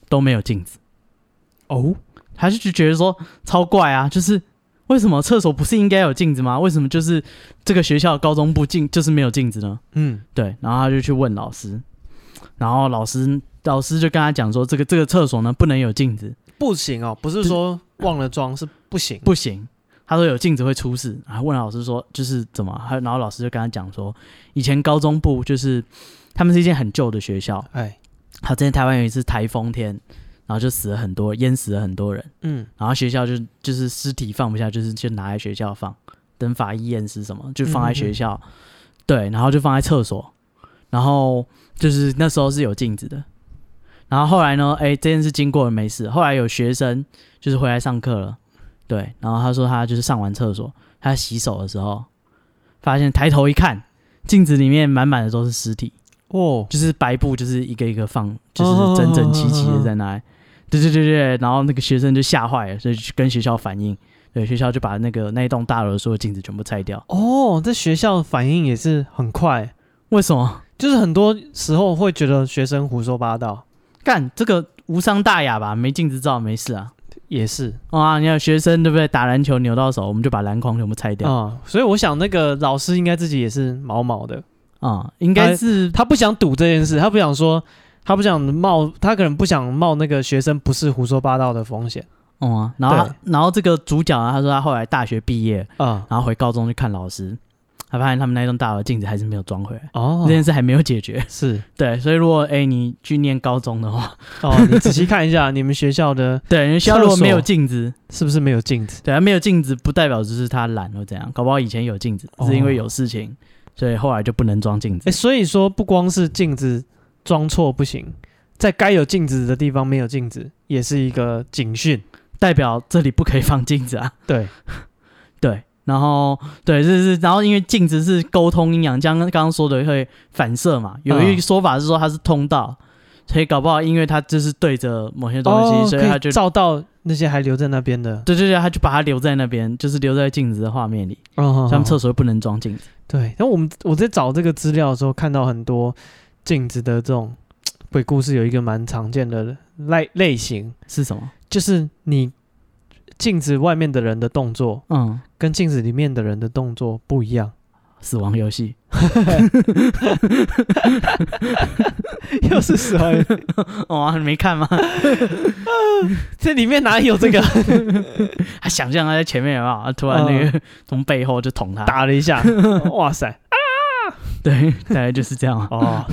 Speaker 2: 都没有镜子。
Speaker 1: 哦，
Speaker 2: 他就觉得说超怪啊，就是为什么厕所不是应该有镜子吗？为什么就是这个学校的高中部镜就是没有镜子呢？
Speaker 1: 嗯，
Speaker 2: 对，然后他就去问老师，然后老师老师就跟他讲说，这个这个厕所呢不能有镜子，
Speaker 1: 不行哦，不是说忘了装，是不行。
Speaker 2: 不行。他说有镜子会出事，然后问老师说就是怎么，他然后老师就跟他讲说，以前高中部就是他们是一间很旧的学校，
Speaker 1: 哎，
Speaker 2: 还有之前台湾有一次台风天，然后就死了很多，淹死了很多人，
Speaker 1: 嗯，
Speaker 2: 然后学校就就是尸体放不下，就是就拿来学校放，等法医验尸什么，就放在学校，对，然后就放在厕所，然后就是那时候是有镜子的，然后后来呢，哎，这件事经过了没事，后来有学生就是回来上课了，对，然后他说他就是上完厕所，他洗手的时候，发现抬头一看，镜子里面满满的都是尸体，
Speaker 1: 哦，
Speaker 2: 就是白布，就是一个一个放，就是整整齐齐的在那里。对对对对，然后那个学生就吓坏了，所以就跟学校反映，对学校就把那个那一栋大楼的所有镜子全部拆掉。
Speaker 1: 哦，在学校反应也是很快，
Speaker 2: 为什么？
Speaker 1: 就是很多时候会觉得学生胡说八道，
Speaker 2: 干这个无伤大雅吧，没镜子照没事啊。
Speaker 1: 也是
Speaker 2: 哇、你看学生对不对？打篮球扭到手，我们就把篮筐全部拆掉
Speaker 1: 啊、
Speaker 2: 啊、
Speaker 1: 所以我想那个老师应该自己也是毛毛的，
Speaker 2: 啊应该是
Speaker 1: 他不想赌这件事，他不想说，他不想冒，他可能不想冒那个学生不是胡说八道的风险
Speaker 2: 哦、啊然后然后这个主角啊，他说他后来大学毕业，
Speaker 1: 啊、
Speaker 2: 然后回高中去看老师，他发现他们那栋大楼的镜子还是没有装回来，
Speaker 1: 哦
Speaker 2: 这，件事还没有解决。
Speaker 1: 是
Speaker 2: 对，所以如果哎、你去念高中的 [laughs] 话，
Speaker 1: 哦，你仔细看一下你们学校的
Speaker 2: 对，因为学校如果没有镜子，
Speaker 1: 是不是没有镜子？
Speaker 2: 对，没有镜子不代表就是他懒或怎样，搞不好以前有镜子，
Speaker 1: 哦
Speaker 2: 是因为有事情，所以后来就不能装镜子
Speaker 1: 哎、。所以说不光是镜子装错不行，在该有镜子的地方没有镜子，也是一个警讯。
Speaker 2: 代表这里不可以放镜子啊。
Speaker 1: 对，
Speaker 2: [laughs] 对，然后对，这是然后因为镜子是沟通阴阳，像刚刚说的会反射嘛。有一个说法是说它是通道，所以搞不好因为它就是对着某些东西，
Speaker 1: 哦
Speaker 2: 所以
Speaker 1: 可
Speaker 2: 它就
Speaker 1: 照到那些还留在那边的，
Speaker 2: 对对对，它就把它留在那边，就是留在镜子的画面里。
Speaker 1: 哦
Speaker 2: 像他们厕所又不能装镜子。
Speaker 1: 对。然后我们我在找这个资料的时候，看到很多镜子的这种鬼故事，有一个蛮常见的类类型，
Speaker 2: 是什么？
Speaker 1: 就是你镜子外面的人的动作
Speaker 2: 嗯，
Speaker 1: 跟镜子里面的人的动作不一 [laughs] 样，
Speaker 2: 死亡游戏。
Speaker 1: 又是什么？
Speaker 2: [laughs]
Speaker 1: [laughs]
Speaker 2: 哦、啊，你没看吗？ [laughs]
Speaker 1: 这里面哪有这个？ [laughs]
Speaker 2: 他想象他在前面有没有？啊突然那个 [laughs] 从、背后就捅他。
Speaker 1: 打了一下， [laughs] 哇塞！
Speaker 2: 对，大概就是这样啊。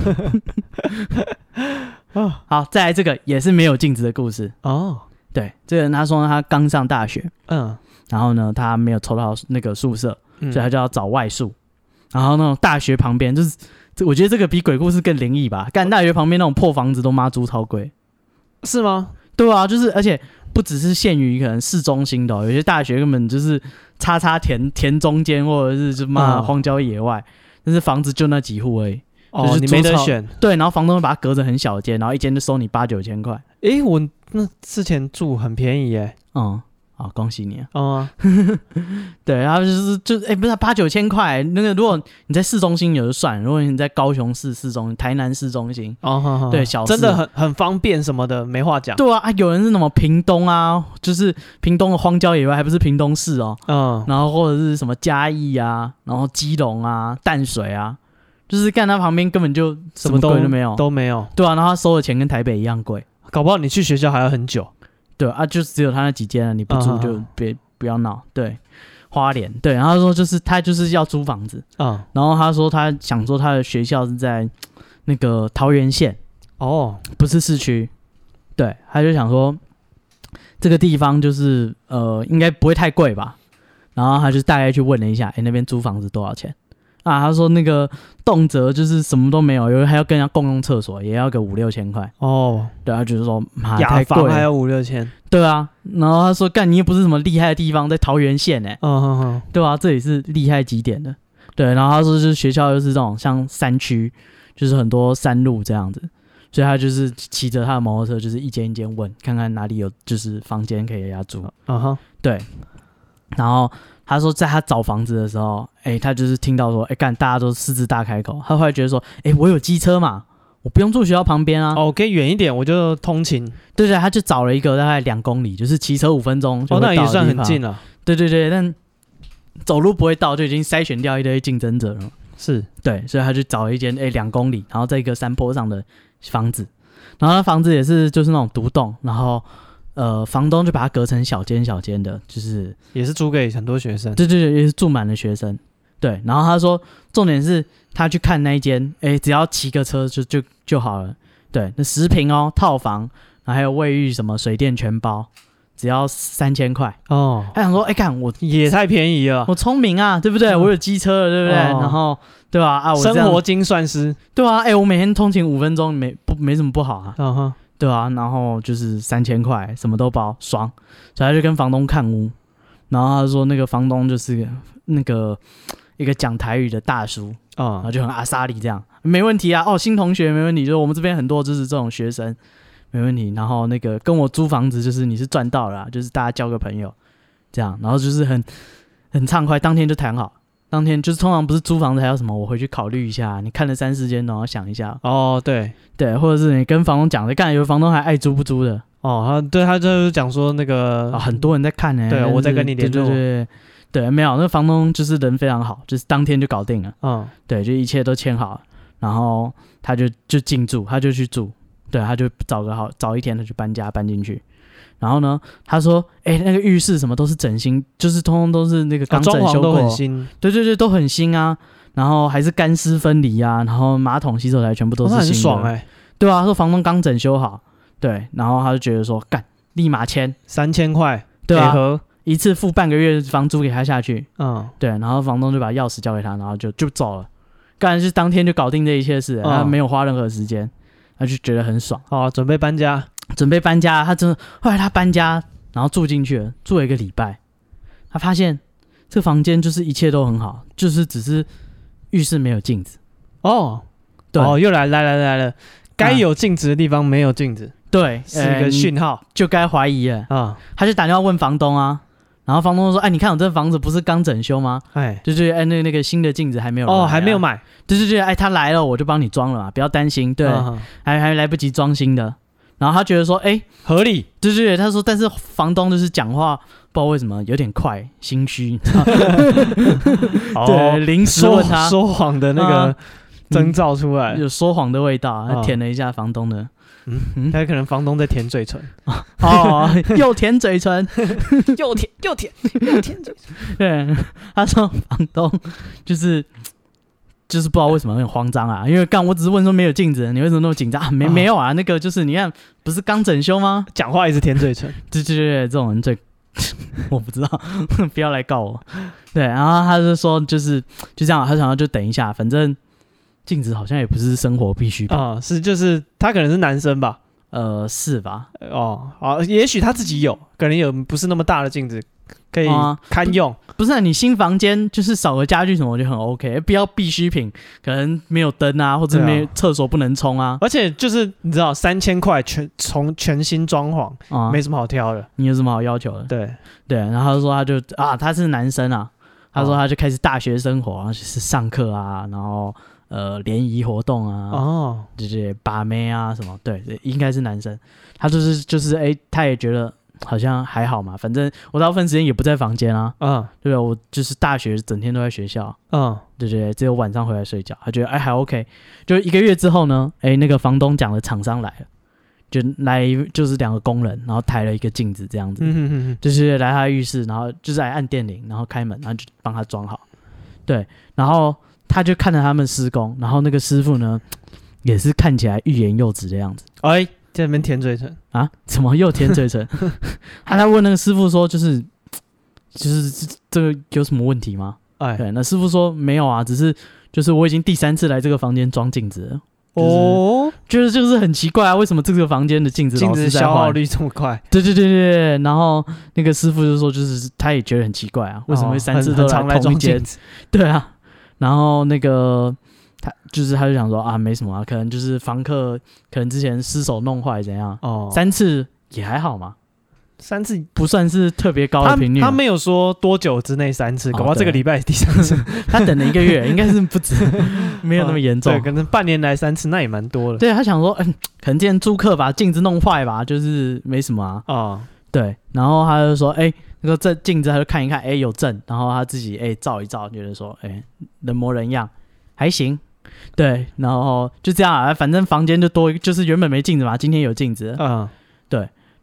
Speaker 1: 哦
Speaker 2: 好，再来这个也是没有镜子的故事。
Speaker 1: 哦，
Speaker 2: 对，这个人他说他刚上大学，
Speaker 1: 嗯
Speaker 2: 然后呢，他没有抽到那个宿舍，
Speaker 1: 嗯，
Speaker 2: 所以他就要找外宿。然后那种大学旁边就是，这我觉得这个比鬼故事更灵异吧。干大学旁边那种破房子都妈租超贵。
Speaker 1: 是吗？
Speaker 2: 对啊，就是而且不只是限于可能市中心的哦、有些大学根本就是叉叉田田中间，或者是就妈
Speaker 1: 嗯
Speaker 2: 荒郊野外，但是房子就那几户而已。就
Speaker 1: 哦，
Speaker 2: 是
Speaker 1: 你没
Speaker 2: 租
Speaker 1: 得
Speaker 2: 草
Speaker 1: 选。
Speaker 2: 对，然后房东会把它隔着很小间，然后一间就收你八九千块。
Speaker 1: 诶，我那之前住很便宜耶，
Speaker 2: 嗯，好，恭喜你啊！
Speaker 1: 哦
Speaker 2: 对，然后就是就哎、不是八九千块，那个如果你在市中心也就算了，如果你在高雄市市中、台南市中心，
Speaker 1: 哦，好好
Speaker 2: 对小
Speaker 1: 真
Speaker 2: 事
Speaker 1: 的很很方便什么的，没话讲。
Speaker 2: 对啊，啊有人是什么屏东啊，就是屏东的荒郊野外，还不是屏东市哦，
Speaker 1: 嗯，
Speaker 2: 然后或者是什么嘉义啊，然后基隆啊、淡水啊，就是干它旁边根本就
Speaker 1: 什么
Speaker 2: 鬼
Speaker 1: 都
Speaker 2: 都没有。
Speaker 1: 都没有，
Speaker 2: 对啊，然后他收的钱跟台北一样贵。
Speaker 1: 搞不好你去学校还要很久。
Speaker 2: 对啊，就只有他那几间了，你不住
Speaker 1: 嗯
Speaker 2: 就别、不要闹。对，花莲对，然后他说就是他就是要租房子，
Speaker 1: 嗯，
Speaker 2: 然后他说他想说他的学校是在那个桃园县，
Speaker 1: 哦，
Speaker 2: 不是市区。对，他就想说这个地方就是呃应该不会太贵吧，然后他就大概去问了一下，哎、那边租房子多少钱？啊，他说那个动辄就是什么都没有，有人还要跟人家共用厕所，也要个五六千块。
Speaker 1: 哦，
Speaker 2: 对，他就是说妈
Speaker 1: 雅
Speaker 2: 啊太贵
Speaker 1: 房
Speaker 2: 了
Speaker 1: 还，有五六千。
Speaker 2: 对啊，然后他说：“干，你又不是什么厉害的地方，在桃园县哎，
Speaker 1: 嗯嗯嗯，
Speaker 2: 对啊，这里是厉害极点的。”对，然后他说就是学校就是这种像山区，就是很多山路这样子，所以他就是骑着他的摩托车，就是一间一间问，看看哪里有就是房间可以给他租。
Speaker 1: 啊哈，
Speaker 2: 然后他说，在他找房子的时候，哎，他就是听到说，哎干，大家都狮子大开口，他后来觉得说，哎，我有机车嘛，我不用住学校旁边啊。
Speaker 1: 哦，我可以远一点，我就通勤。
Speaker 2: 对对，他就找了一个大概两公里，就是骑车五分钟就
Speaker 1: 哦，那
Speaker 2: 会到
Speaker 1: 也
Speaker 2: 的
Speaker 1: 算
Speaker 2: 地
Speaker 1: 很
Speaker 2: 方
Speaker 1: 近了。
Speaker 2: 对对对，但走路不会到，就已经筛选掉一堆竞争者了。
Speaker 1: 是，
Speaker 2: 对，所以他就找了一间哎两公里，然后在一个山坡上的房子，然后他房子也是就是那种独栋，然后呃房东就把它隔成小间小间的，就是
Speaker 1: 也是租给很多学生。
Speaker 2: 对对对，也是住满了学生。对，然后他说重点是他去看那一间，哎，只要骑个车就就就好了。对，那十平哦，套房，然后还有卫浴什么水电全包，只要三千块。
Speaker 1: 哦，
Speaker 2: 他想说，哎、看我
Speaker 1: 也太便宜了。
Speaker 2: 我聪明啊，对不对？
Speaker 1: 嗯
Speaker 2: 我有机车了，对不对？
Speaker 1: 哦
Speaker 2: 然后对吧、啊？我这样
Speaker 1: 生活精算师，
Speaker 2: 对啊，哎、我每天通勤五分钟没不没什么不好啊，
Speaker 1: 嗯哼，
Speaker 2: 对啊，然后就是三千块，什么都包，爽。所以他就跟房东看屋，然后他说那个房东就是那个一个讲台语的大叔，然后
Speaker 1: 哦，
Speaker 2: 就很阿萨里这样，没问题啊。哦，新同学没问题，就是我们这边很多就是这种学生，没问题。然后那个跟我租房子，就是你是赚到了啊、就是大家交个朋友这样，然后就是很很畅快，当天就谈好。当天就是通常不是租房子还有什么，我回去考虑一下。你看了三四间，然后想一下，啊
Speaker 1: 哦，对，
Speaker 2: 对，或者是你跟房东讲的，干有的房东还爱租不租的
Speaker 1: 哦，他对他就是讲说那个
Speaker 2: 啊，很多人在看呢、
Speaker 1: 嗯对啊
Speaker 2: 但是
Speaker 1: 我在跟你联
Speaker 2: 对
Speaker 1: 络
Speaker 2: 对对对，对没有，那房东就是人非常好，就是当天就搞定了。
Speaker 1: 嗯，
Speaker 2: 对，就一切都签好，然后他就就进驻，他就去住，对，他就找个好早一天他去搬家搬进去。然后呢，他说：“哎、那个浴室什么都是整新，就是通通都是那个
Speaker 1: 啊
Speaker 2: 刚整
Speaker 1: 装潢
Speaker 2: 修
Speaker 1: 都
Speaker 2: 过，
Speaker 1: 很新，
Speaker 2: 对对对，都很新啊。然后还是干湿分离啊，然后马桶、洗手台全部都
Speaker 1: 哦
Speaker 2: 是
Speaker 1: 那
Speaker 2: 新的，
Speaker 1: 很爽哎，
Speaker 2: 对啊，他说房东刚整修好，对，然后他就觉得说干，立马签，
Speaker 1: 三千块，
Speaker 2: 对
Speaker 1: 给
Speaker 2: 啊，
Speaker 1: 和，
Speaker 2: 一次付半个月房租给他下去，
Speaker 1: 嗯，
Speaker 2: 对，然后房东就把钥匙交给他，然后就就走了，干就是当天就搞定这一切事，
Speaker 1: 嗯
Speaker 2: 他没有花任何时间，他就觉得很爽。
Speaker 1: 好，准备搬家，
Speaker 2: 准备搬家，他真的后来他搬家，然后住进去了，住了一个礼拜，他发现这个房间就是一切都很好，就是只是浴室没有镜子，
Speaker 1: 哦，
Speaker 2: 对、
Speaker 1: 哦，又来来来来了，该有镜子的地方没有镜子，
Speaker 2: 对，
Speaker 1: 是一个
Speaker 2: 呃
Speaker 1: 讯号
Speaker 2: 就该怀疑了。
Speaker 1: 啊，
Speaker 2: 他就打电话问房东啊，然后房东说：“哎，你看我这房子不是刚整修吗？
Speaker 1: 哎，
Speaker 2: 就是哎那那个新的镜子还没有来啊
Speaker 1: 哦，还没有，买，
Speaker 2: 对对对，哎他来了我就帮你装了嘛，不要担心，对，
Speaker 1: 嗯哼
Speaker 2: 还还来不及装新的。”然后他觉得说：“哎，
Speaker 1: 合理，
Speaker 2: 对对对，他说，但是房东就是讲话不知道为什么有点快，心虚， [laughs] 对，
Speaker 1: 哦，
Speaker 2: 临时
Speaker 1: 说
Speaker 2: 问他
Speaker 1: 说谎的那个
Speaker 2: 啊
Speaker 1: 征兆出来，
Speaker 2: 有说谎的味道啊，他
Speaker 1: 啊
Speaker 2: 舔了一下房东的，
Speaker 1: 他可能房东在舔嘴唇，
Speaker 2: 哦，又舔嘴唇，
Speaker 1: 又舔又舔又舔嘴唇，
Speaker 2: 对，他说房东就是就是不知道为什么有点慌张啊，因为干我只是问说没有镜子，你为什么那么紧张啊？没
Speaker 1: 啊
Speaker 2: 没有啊，那个就是你看不是刚整修吗？
Speaker 1: 讲话一直舔嘴 [laughs] 唇，
Speaker 2: 对对对对，这种人最 [laughs] 我不知道，不要来告我。对，然后他就说就是就这样，他想要就等一下，反正镜子好像也不是生活必需品，
Speaker 1: 啊、是就是他可能是男生吧，
Speaker 2: 呃，是吧？
Speaker 1: 哦，好，也许他自己有，可能有不是那么大的镜子可以
Speaker 2: 啊
Speaker 1: 堪用，
Speaker 2: 不是、啊，你新房间就是少个家具什么，我觉得很 OK，不要必需品，可能没有灯啊，或者没
Speaker 1: 对
Speaker 2: 有
Speaker 1: 啊
Speaker 2: 厕所不能冲啊，
Speaker 1: 而且就是你知道三千块全从全新装潢、
Speaker 2: 啊，
Speaker 1: 没什么好挑的，
Speaker 2: 你有什么好要求的？
Speaker 1: 对，
Speaker 2: 对，然后他就说他就啊，他是男生啊，他
Speaker 1: 哦
Speaker 2: 说他就开始大学生活，然后就是上课啊，然后呃联谊活动啊，
Speaker 1: 哦，
Speaker 2: 就是把妹啊什么，对，应该是男生。他就是就是哎、他也觉得好像还好嘛，反正我大部分时间也不在房间啊，
Speaker 1: 嗯
Speaker 2: 对吧？我就是大学整天都在学校，
Speaker 1: 嗯，
Speaker 2: 对对对，只有晚上回来睡觉。他觉得哎、还 OK。就一个月之后呢，哎、那个房东讲的厂商来了，就来就是两个工人，然后抬了一个镜子这样子，
Speaker 1: 嗯哼哼哼，
Speaker 2: 就是来他浴室，然后就是来按电铃，然后开门，然后就帮他装好。对，然后他就看着他们施工，然后那个师傅呢，也是看起来欲言又止的样子
Speaker 1: 哎，在那边舔嘴唇，
Speaker 2: 啊，怎么又舔嘴 [laughs] 唇？他在问那个师傅说，就是就是这这个有什么问题吗？
Speaker 1: 哎，
Speaker 2: 对，那师傅说没有啊，只是就是我已经第三次来这个房间装镜子了，
Speaker 1: 哦，
Speaker 2: 就是就是很奇怪啊，为什么这个房间的镜子
Speaker 1: 镜
Speaker 2: 老
Speaker 1: 子
Speaker 2: 是在
Speaker 1: 消耗
Speaker 2: 换？
Speaker 1: 率这么快，
Speaker 2: 对对对对对，然后那个师傅就说，就是他也觉得很奇怪啊，为什么会三次
Speaker 1: 哦
Speaker 2: 都
Speaker 1: 很很常来
Speaker 2: 同一
Speaker 1: 装
Speaker 2: 间
Speaker 1: 镜？子？
Speaker 2: [laughs] 对啊，然后那个他就是他就想说啊，没什么啊，可能就是房客可能之前失手弄坏怎样，
Speaker 1: 哦，三
Speaker 2: 三次也还好嘛，
Speaker 1: 三次
Speaker 2: 不算是特别高
Speaker 1: 他
Speaker 2: 的频率嘛。
Speaker 1: 他没有说多久之内三次，
Speaker 2: 哦
Speaker 1: 搞不好这个
Speaker 2: 对
Speaker 1: 礼拜第三
Speaker 2: [laughs]
Speaker 1: 次，
Speaker 2: 他等了一
Speaker 1: [laughs]
Speaker 2: 个月，应该是不止， [laughs] 没有那么严重
Speaker 1: 对，。可能半年来三次，那也蛮多了。
Speaker 2: 对他想说，嗯，可能今天租客把镜子弄坏吧，就是没什么啊。
Speaker 1: 啊，
Speaker 2: 对，然后他就说，哎、那个这镜子他就看一看，哎、有正，然后他自己哎、照一照，觉得说，哎、人模人样，还行。对，然后就这样啊，反正房间就多一，就是原本没镜子嘛，今天有镜子，
Speaker 1: 嗯，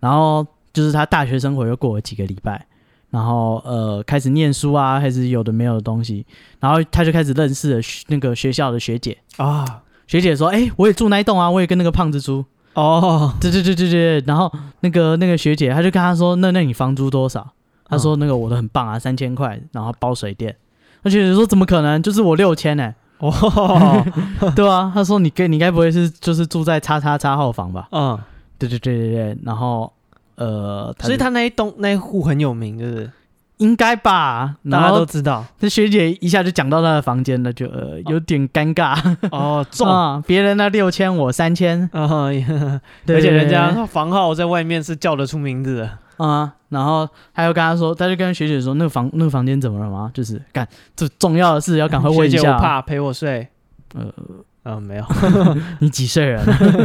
Speaker 2: 然后就是他大学生活又过了几个礼拜，然后呃开始念书啊，开始有的没有的东西，然后他就开始认识了学那个学校的学姐，
Speaker 1: 啊，
Speaker 2: 学姐说：“哎、我也住那一栋啊，我也跟那个胖子住。”
Speaker 1: 哦， [laughs]
Speaker 2: 对对对对对，然后那个那个学姐，她就跟他说，那那你房租多少？他说那个我的很棒啊，三千块，然后包水电。那学姐说怎么可能？就是我六千 [laughs] 呢， [laughs]
Speaker 1: 哦，
Speaker 2: 对啊，他说你该你该不会是就是住在叉叉叉号房吧？
Speaker 1: 嗯，
Speaker 2: 对对对对对，然后呃，
Speaker 1: 所以
Speaker 2: 就
Speaker 1: 他那一栋那一户很有名，就是
Speaker 2: 应该吧。
Speaker 1: 大家
Speaker 2: 然
Speaker 1: 都
Speaker 2: 后
Speaker 1: 知道。
Speaker 2: 这学姐一下就讲到他的房间了，就呃有点尴 [laughs] 尬
Speaker 1: 哦，重， [laughs]
Speaker 2: 啊，别人那六千我三千，
Speaker 1: 嗯，
Speaker 2: 对
Speaker 1: 而且人
Speaker 2: 对对
Speaker 1: 家房号在外面是叫得出名字的。
Speaker 2: 啊、然后他又跟他说，他就跟学姐说，那个房那个房间怎么了吗？就是干这重要的事要赶快问一
Speaker 1: 学姐
Speaker 2: 下
Speaker 1: 我
Speaker 2: 啊。
Speaker 1: 怕陪我睡。
Speaker 2: 呃，
Speaker 1: 嗯，
Speaker 2: [laughs]
Speaker 1: 没有。
Speaker 2: 你几岁了？ [laughs]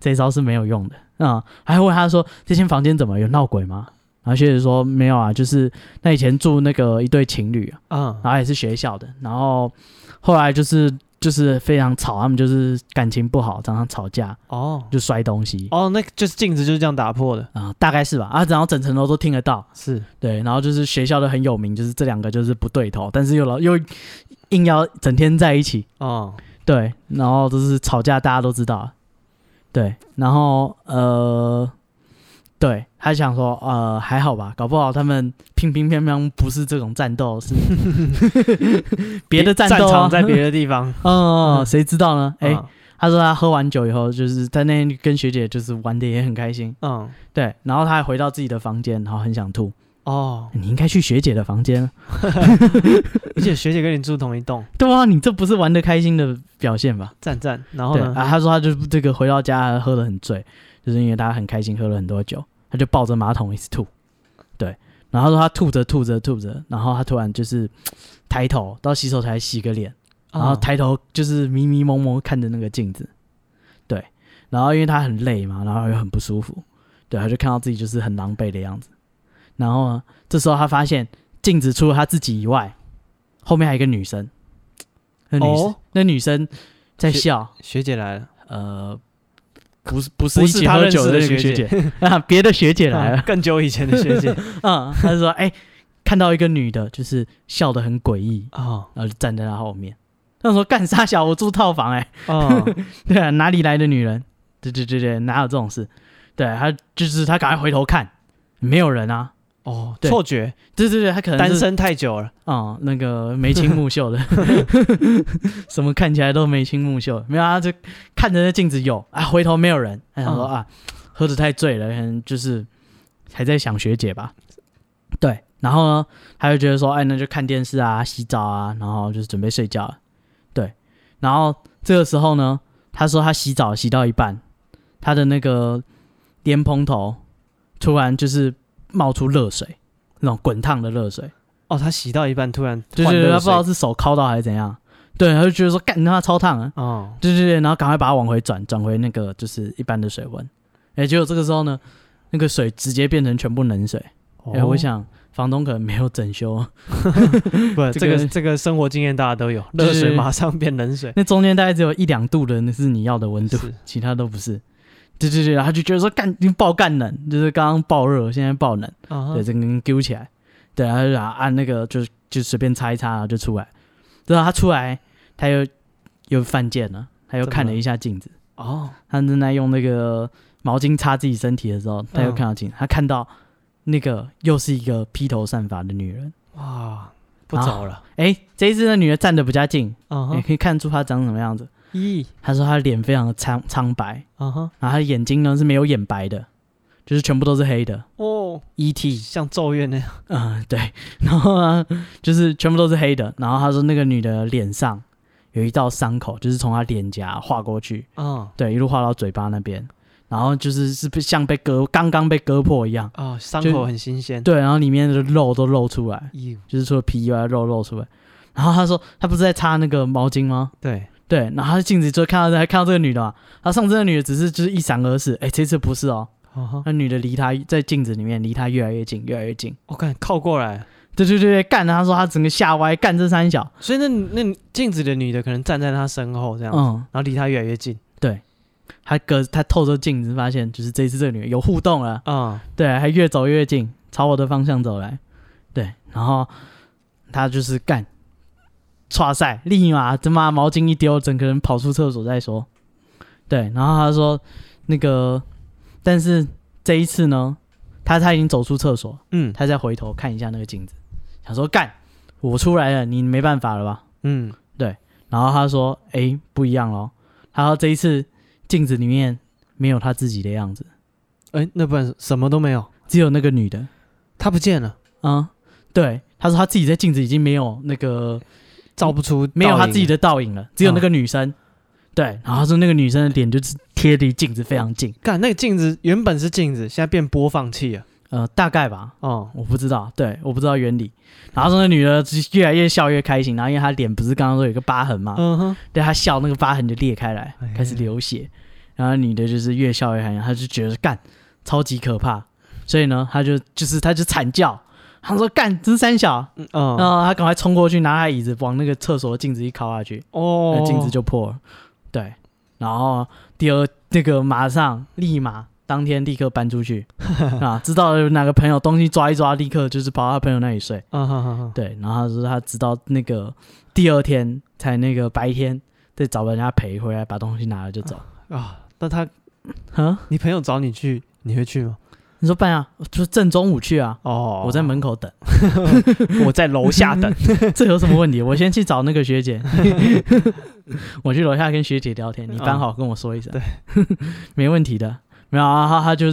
Speaker 2: 这一招是没有用的啊、还问他说，这间房间怎么有闹鬼吗？然后学姐说没有啊，就是那以前住那个一对情侣啊，
Speaker 1: 嗯，
Speaker 2: 然后也是学校的，然后后来就是就是非常吵，他们就是感情不好，常常吵架，
Speaker 1: 哦，
Speaker 2: 就摔东西
Speaker 1: 哦，那个就是镜子就是这样打破的。
Speaker 2: 啊、大概是吧啊，然后整层楼都听得到，
Speaker 1: 是，
Speaker 2: 对，然后就是学校的很有名，就是这两个就是不对头，但是又老又硬要整天在一起，
Speaker 1: 嗯，
Speaker 2: 对，然后就是吵架，大家都知道，对，然后呃，对，他想说呃还好吧，搞不好他们乒乒乓乓不是这种战
Speaker 1: [laughs]
Speaker 2: 斗，是别的战
Speaker 1: 战
Speaker 2: 斗、啊
Speaker 1: 场，在别的地 [laughs] 方。
Speaker 2: 嗯，谁知道呢？哎、
Speaker 1: 嗯
Speaker 2: 他说他喝完酒以后，就是在那天跟学姐就是玩的也很开心，
Speaker 1: 嗯，
Speaker 2: 对，然后他还回到自己的房间，然后很想吐，
Speaker 1: 哦，
Speaker 2: 你应该去学姐的房间。啊
Speaker 1: 而且学姐跟你住同一栋，
Speaker 2: 对啊，你这不是玩的开心的表现吧？
Speaker 1: 赞赞。然后
Speaker 2: 对
Speaker 1: 呢？
Speaker 2: 啊，他说他就这个回到家喝得很醉，就是因为他很开心喝了很多酒，他就抱着马桶一直吐。对，然后他说他吐着吐着吐着，然后他突然就是抬头到洗手台洗个脸，然后
Speaker 1: 嗯
Speaker 2: 抬头就是迷迷蒙蒙看着那个镜子。对，然后因为他很累嘛，然后又很不舒服，对，他就看到自己就是很狼狈的样子。然后呢，这时候他发现镜子除了他自己以外，后面还有一个女生。那女、
Speaker 1: 哦
Speaker 2: 那女生在
Speaker 1: 学
Speaker 2: 笑，
Speaker 1: 学姐来了，
Speaker 2: 呃，不是不
Speaker 1: 不
Speaker 2: 是一
Speaker 1: 是
Speaker 2: 起
Speaker 1: 他
Speaker 2: 喝
Speaker 1: 认
Speaker 2: 酒
Speaker 1: 识
Speaker 2: 的
Speaker 1: 的
Speaker 2: 那个
Speaker 1: 学
Speaker 2: 学姐 [laughs] 啊，别的学姐来
Speaker 1: 嗯
Speaker 2: 了，
Speaker 1: 更久以前的学
Speaker 2: [laughs]
Speaker 1: 姐。
Speaker 2: 嗯，她就说，哎、看到一个女的，就是笑得很诡异， [laughs]
Speaker 1: 哦，
Speaker 2: 然后就站在她后面，她说干啥小，我住套房哎、
Speaker 1: 嗯，
Speaker 2: 对啊， [laughs] 哪里来的女人？对对对对，哪有这种事？对她就是她赶快回头看，没有人啊，
Speaker 1: 哦，
Speaker 2: 对
Speaker 1: 错觉，
Speaker 2: 对对对，她可能
Speaker 1: 单
Speaker 2: 是
Speaker 1: 身太久了。
Speaker 2: 啊、那个眉清目秀的，什么看起来都眉清目秀，没有啊，就看着那镜子有啊，回头没有人，他想说、
Speaker 1: 嗯
Speaker 2: 啊，喝的太醉了，可能就是还在想学姐吧，对，然后呢，他就觉得说，哎，那就看电视啊，洗澡啊，然后就是准备睡觉了，对，然后这个时候呢，他说他洗澡洗到一半，他的那个莲蓬头突然就是冒出热水，那种滚烫的热水。
Speaker 1: 哦，他洗到一半突然
Speaker 2: 对
Speaker 1: 换
Speaker 2: 对
Speaker 1: 热
Speaker 2: 对，他不知
Speaker 1: 水
Speaker 2: 道是手敲到还是怎样，对，他就觉得说干他妈超烫啊，
Speaker 1: 哦，
Speaker 2: 对对对，然后赶快把它往回转，转回那个就是一般的水温，哎、结果这个时候呢，那个水直接变成全部冷水，哎、
Speaker 1: 哦
Speaker 2: 我想房东可能没有整修，
Speaker 1: 不，
Speaker 2: 这
Speaker 1: 这个
Speaker 2: 个
Speaker 1: 这个生活经验大家都有，
Speaker 2: 对
Speaker 1: 热水马上变冷
Speaker 2: [laughs]
Speaker 1: 水，
Speaker 2: 那中间大概只有一两度的那是你要的温度
Speaker 1: 是，
Speaker 2: 其他都不是，对对对，然后他就觉得说干你爆干冷，就是刚刚爆热，现在爆冷。
Speaker 1: 啊
Speaker 2: 对，，这个人揪起来，对，然后就把它按那个就就随便擦一擦，然后就出来。然后他出来，他又又犯贱了，他又
Speaker 1: 怎么
Speaker 2: 看了
Speaker 1: 了
Speaker 2: 一下镜子，
Speaker 1: 哦，
Speaker 2: 他正在用那个毛巾擦自己身体的时候，他又
Speaker 1: 嗯
Speaker 2: 看到镜子，他看到那个又是一个披头散发的女人。
Speaker 1: 哇，不早了，
Speaker 2: 哎，这一次的女的站得比较近，
Speaker 1: 啊
Speaker 2: 也
Speaker 1: 哈，
Speaker 2: 可以看出她长什么样子。
Speaker 1: 咦，
Speaker 2: 他说她脸非常的苍苍白，
Speaker 1: 啊哈，
Speaker 2: 然后她眼睛呢是没有眼白的，就是全部都是黑的。
Speaker 1: 哦，
Speaker 2: E.T.
Speaker 1: 像咒怨 [laughs] 那样，
Speaker 2: 嗯，对，然后呢，就是全部都是黑的。然后他说那个女的脸上有一道伤口，就是从她脸颊划过去，
Speaker 1: 啊
Speaker 2: 对，一路划到嘴巴那边。然后就是是被像被割刚刚被割破一样，
Speaker 1: 啊，伤
Speaker 2: 就
Speaker 1: 口很新鲜，
Speaker 2: 对，然后里面的肉都露出来，
Speaker 1: 咦，
Speaker 2: 就是除了皮以外肉露出来。然后他说他不是在擦那个毛巾吗？
Speaker 1: 对，
Speaker 2: 对，然后他镜子就看到还看到这个女的嘛，他上次那女的只是就是一闪而逝，哎，这次不是哦，
Speaker 1: 啊哈，
Speaker 2: 那女的离他在镜子里面离他越来越近，越来越近。
Speaker 1: 我看靠过来，
Speaker 2: 对对对对，干！他说他整个吓歪，干这三小，
Speaker 1: 所以那那镜子的女的可能站在他身后这样，然
Speaker 2: 嗯，
Speaker 1: 后离他越来越近，
Speaker 2: 他隔他透着镜子发现，就是这一次这个女人有互动了，
Speaker 1: 啊，
Speaker 2: 对，还越走越近，朝我的方向走来，对，然后他就是干，唰塞，立马他妈毛巾一丢，整个人跑出厕所再说。对，然后他说那个，但是这一次呢，他他已经走出厕所，
Speaker 1: 嗯
Speaker 2: 他再回头看一下那个镜子，想说干，我出来了，你没办法了吧？
Speaker 1: 嗯，
Speaker 2: 然后他说：“诶，不一样咯。他说：“这一次镜子里面没有他自己的样子，
Speaker 1: 哎、那不然什么都没有，
Speaker 2: 只有那个女的。
Speaker 1: 他不见了，
Speaker 2: 嗯，对。他说他自己在镜子已经没有那个
Speaker 1: 照不出，
Speaker 2: 嗯没有他
Speaker 1: 他
Speaker 2: 自己，的倒影了，只有那个女生。对，然后他说那个女生的脸就是贴离镜子非常近，
Speaker 1: 干那个镜子原本是镜子，现在变播放器了，
Speaker 2: 呃，大概吧，
Speaker 1: 哦，
Speaker 2: 我不知道，对，我不知道原理。然后说那女的就是越来越笑越开心，然后因为她脸不是刚刚说有一个疤痕吗？
Speaker 1: 嗯哼，
Speaker 2: 对他笑，那个疤痕就裂开来
Speaker 1: 哎，
Speaker 2: 开始流血。然后女的就是越笑越害怕，她就觉得干超级可怕，所以呢，她就就是她就惨叫，她说干真三小，
Speaker 1: 嗯
Speaker 2: 然
Speaker 1: 嗯，
Speaker 2: 后她赶快冲过去拿她椅子往那个厕所的镜子一敲下去，
Speaker 1: 哦
Speaker 2: 那，镜子就破了。对，然后第二那个马上立马当天立刻搬
Speaker 1: [laughs]
Speaker 2: 出去啊，知道有哪个朋友东西抓一抓，立刻就是跑到他朋友那里睡。
Speaker 1: 啊哈哈哈，
Speaker 2: 对，然后他说他直到那个第二天才那个白天再找人家赔回来，把东西拿了就走。
Speaker 1: 啊，那他
Speaker 2: 啊，
Speaker 1: 你朋友找你去，你会去吗？
Speaker 2: 你说办啊，就是正中午去啊，
Speaker 1: 哦，
Speaker 2: 我在门口等， [laughs]
Speaker 1: 我在楼下等，
Speaker 2: 这有什么问题？我先去找那个
Speaker 1: [laughs]
Speaker 2: 学姐，我去楼下跟学姐聊天，你搬好跟我说一声，
Speaker 1: 嗯对，
Speaker 2: 没问题的。没有啊，他他就，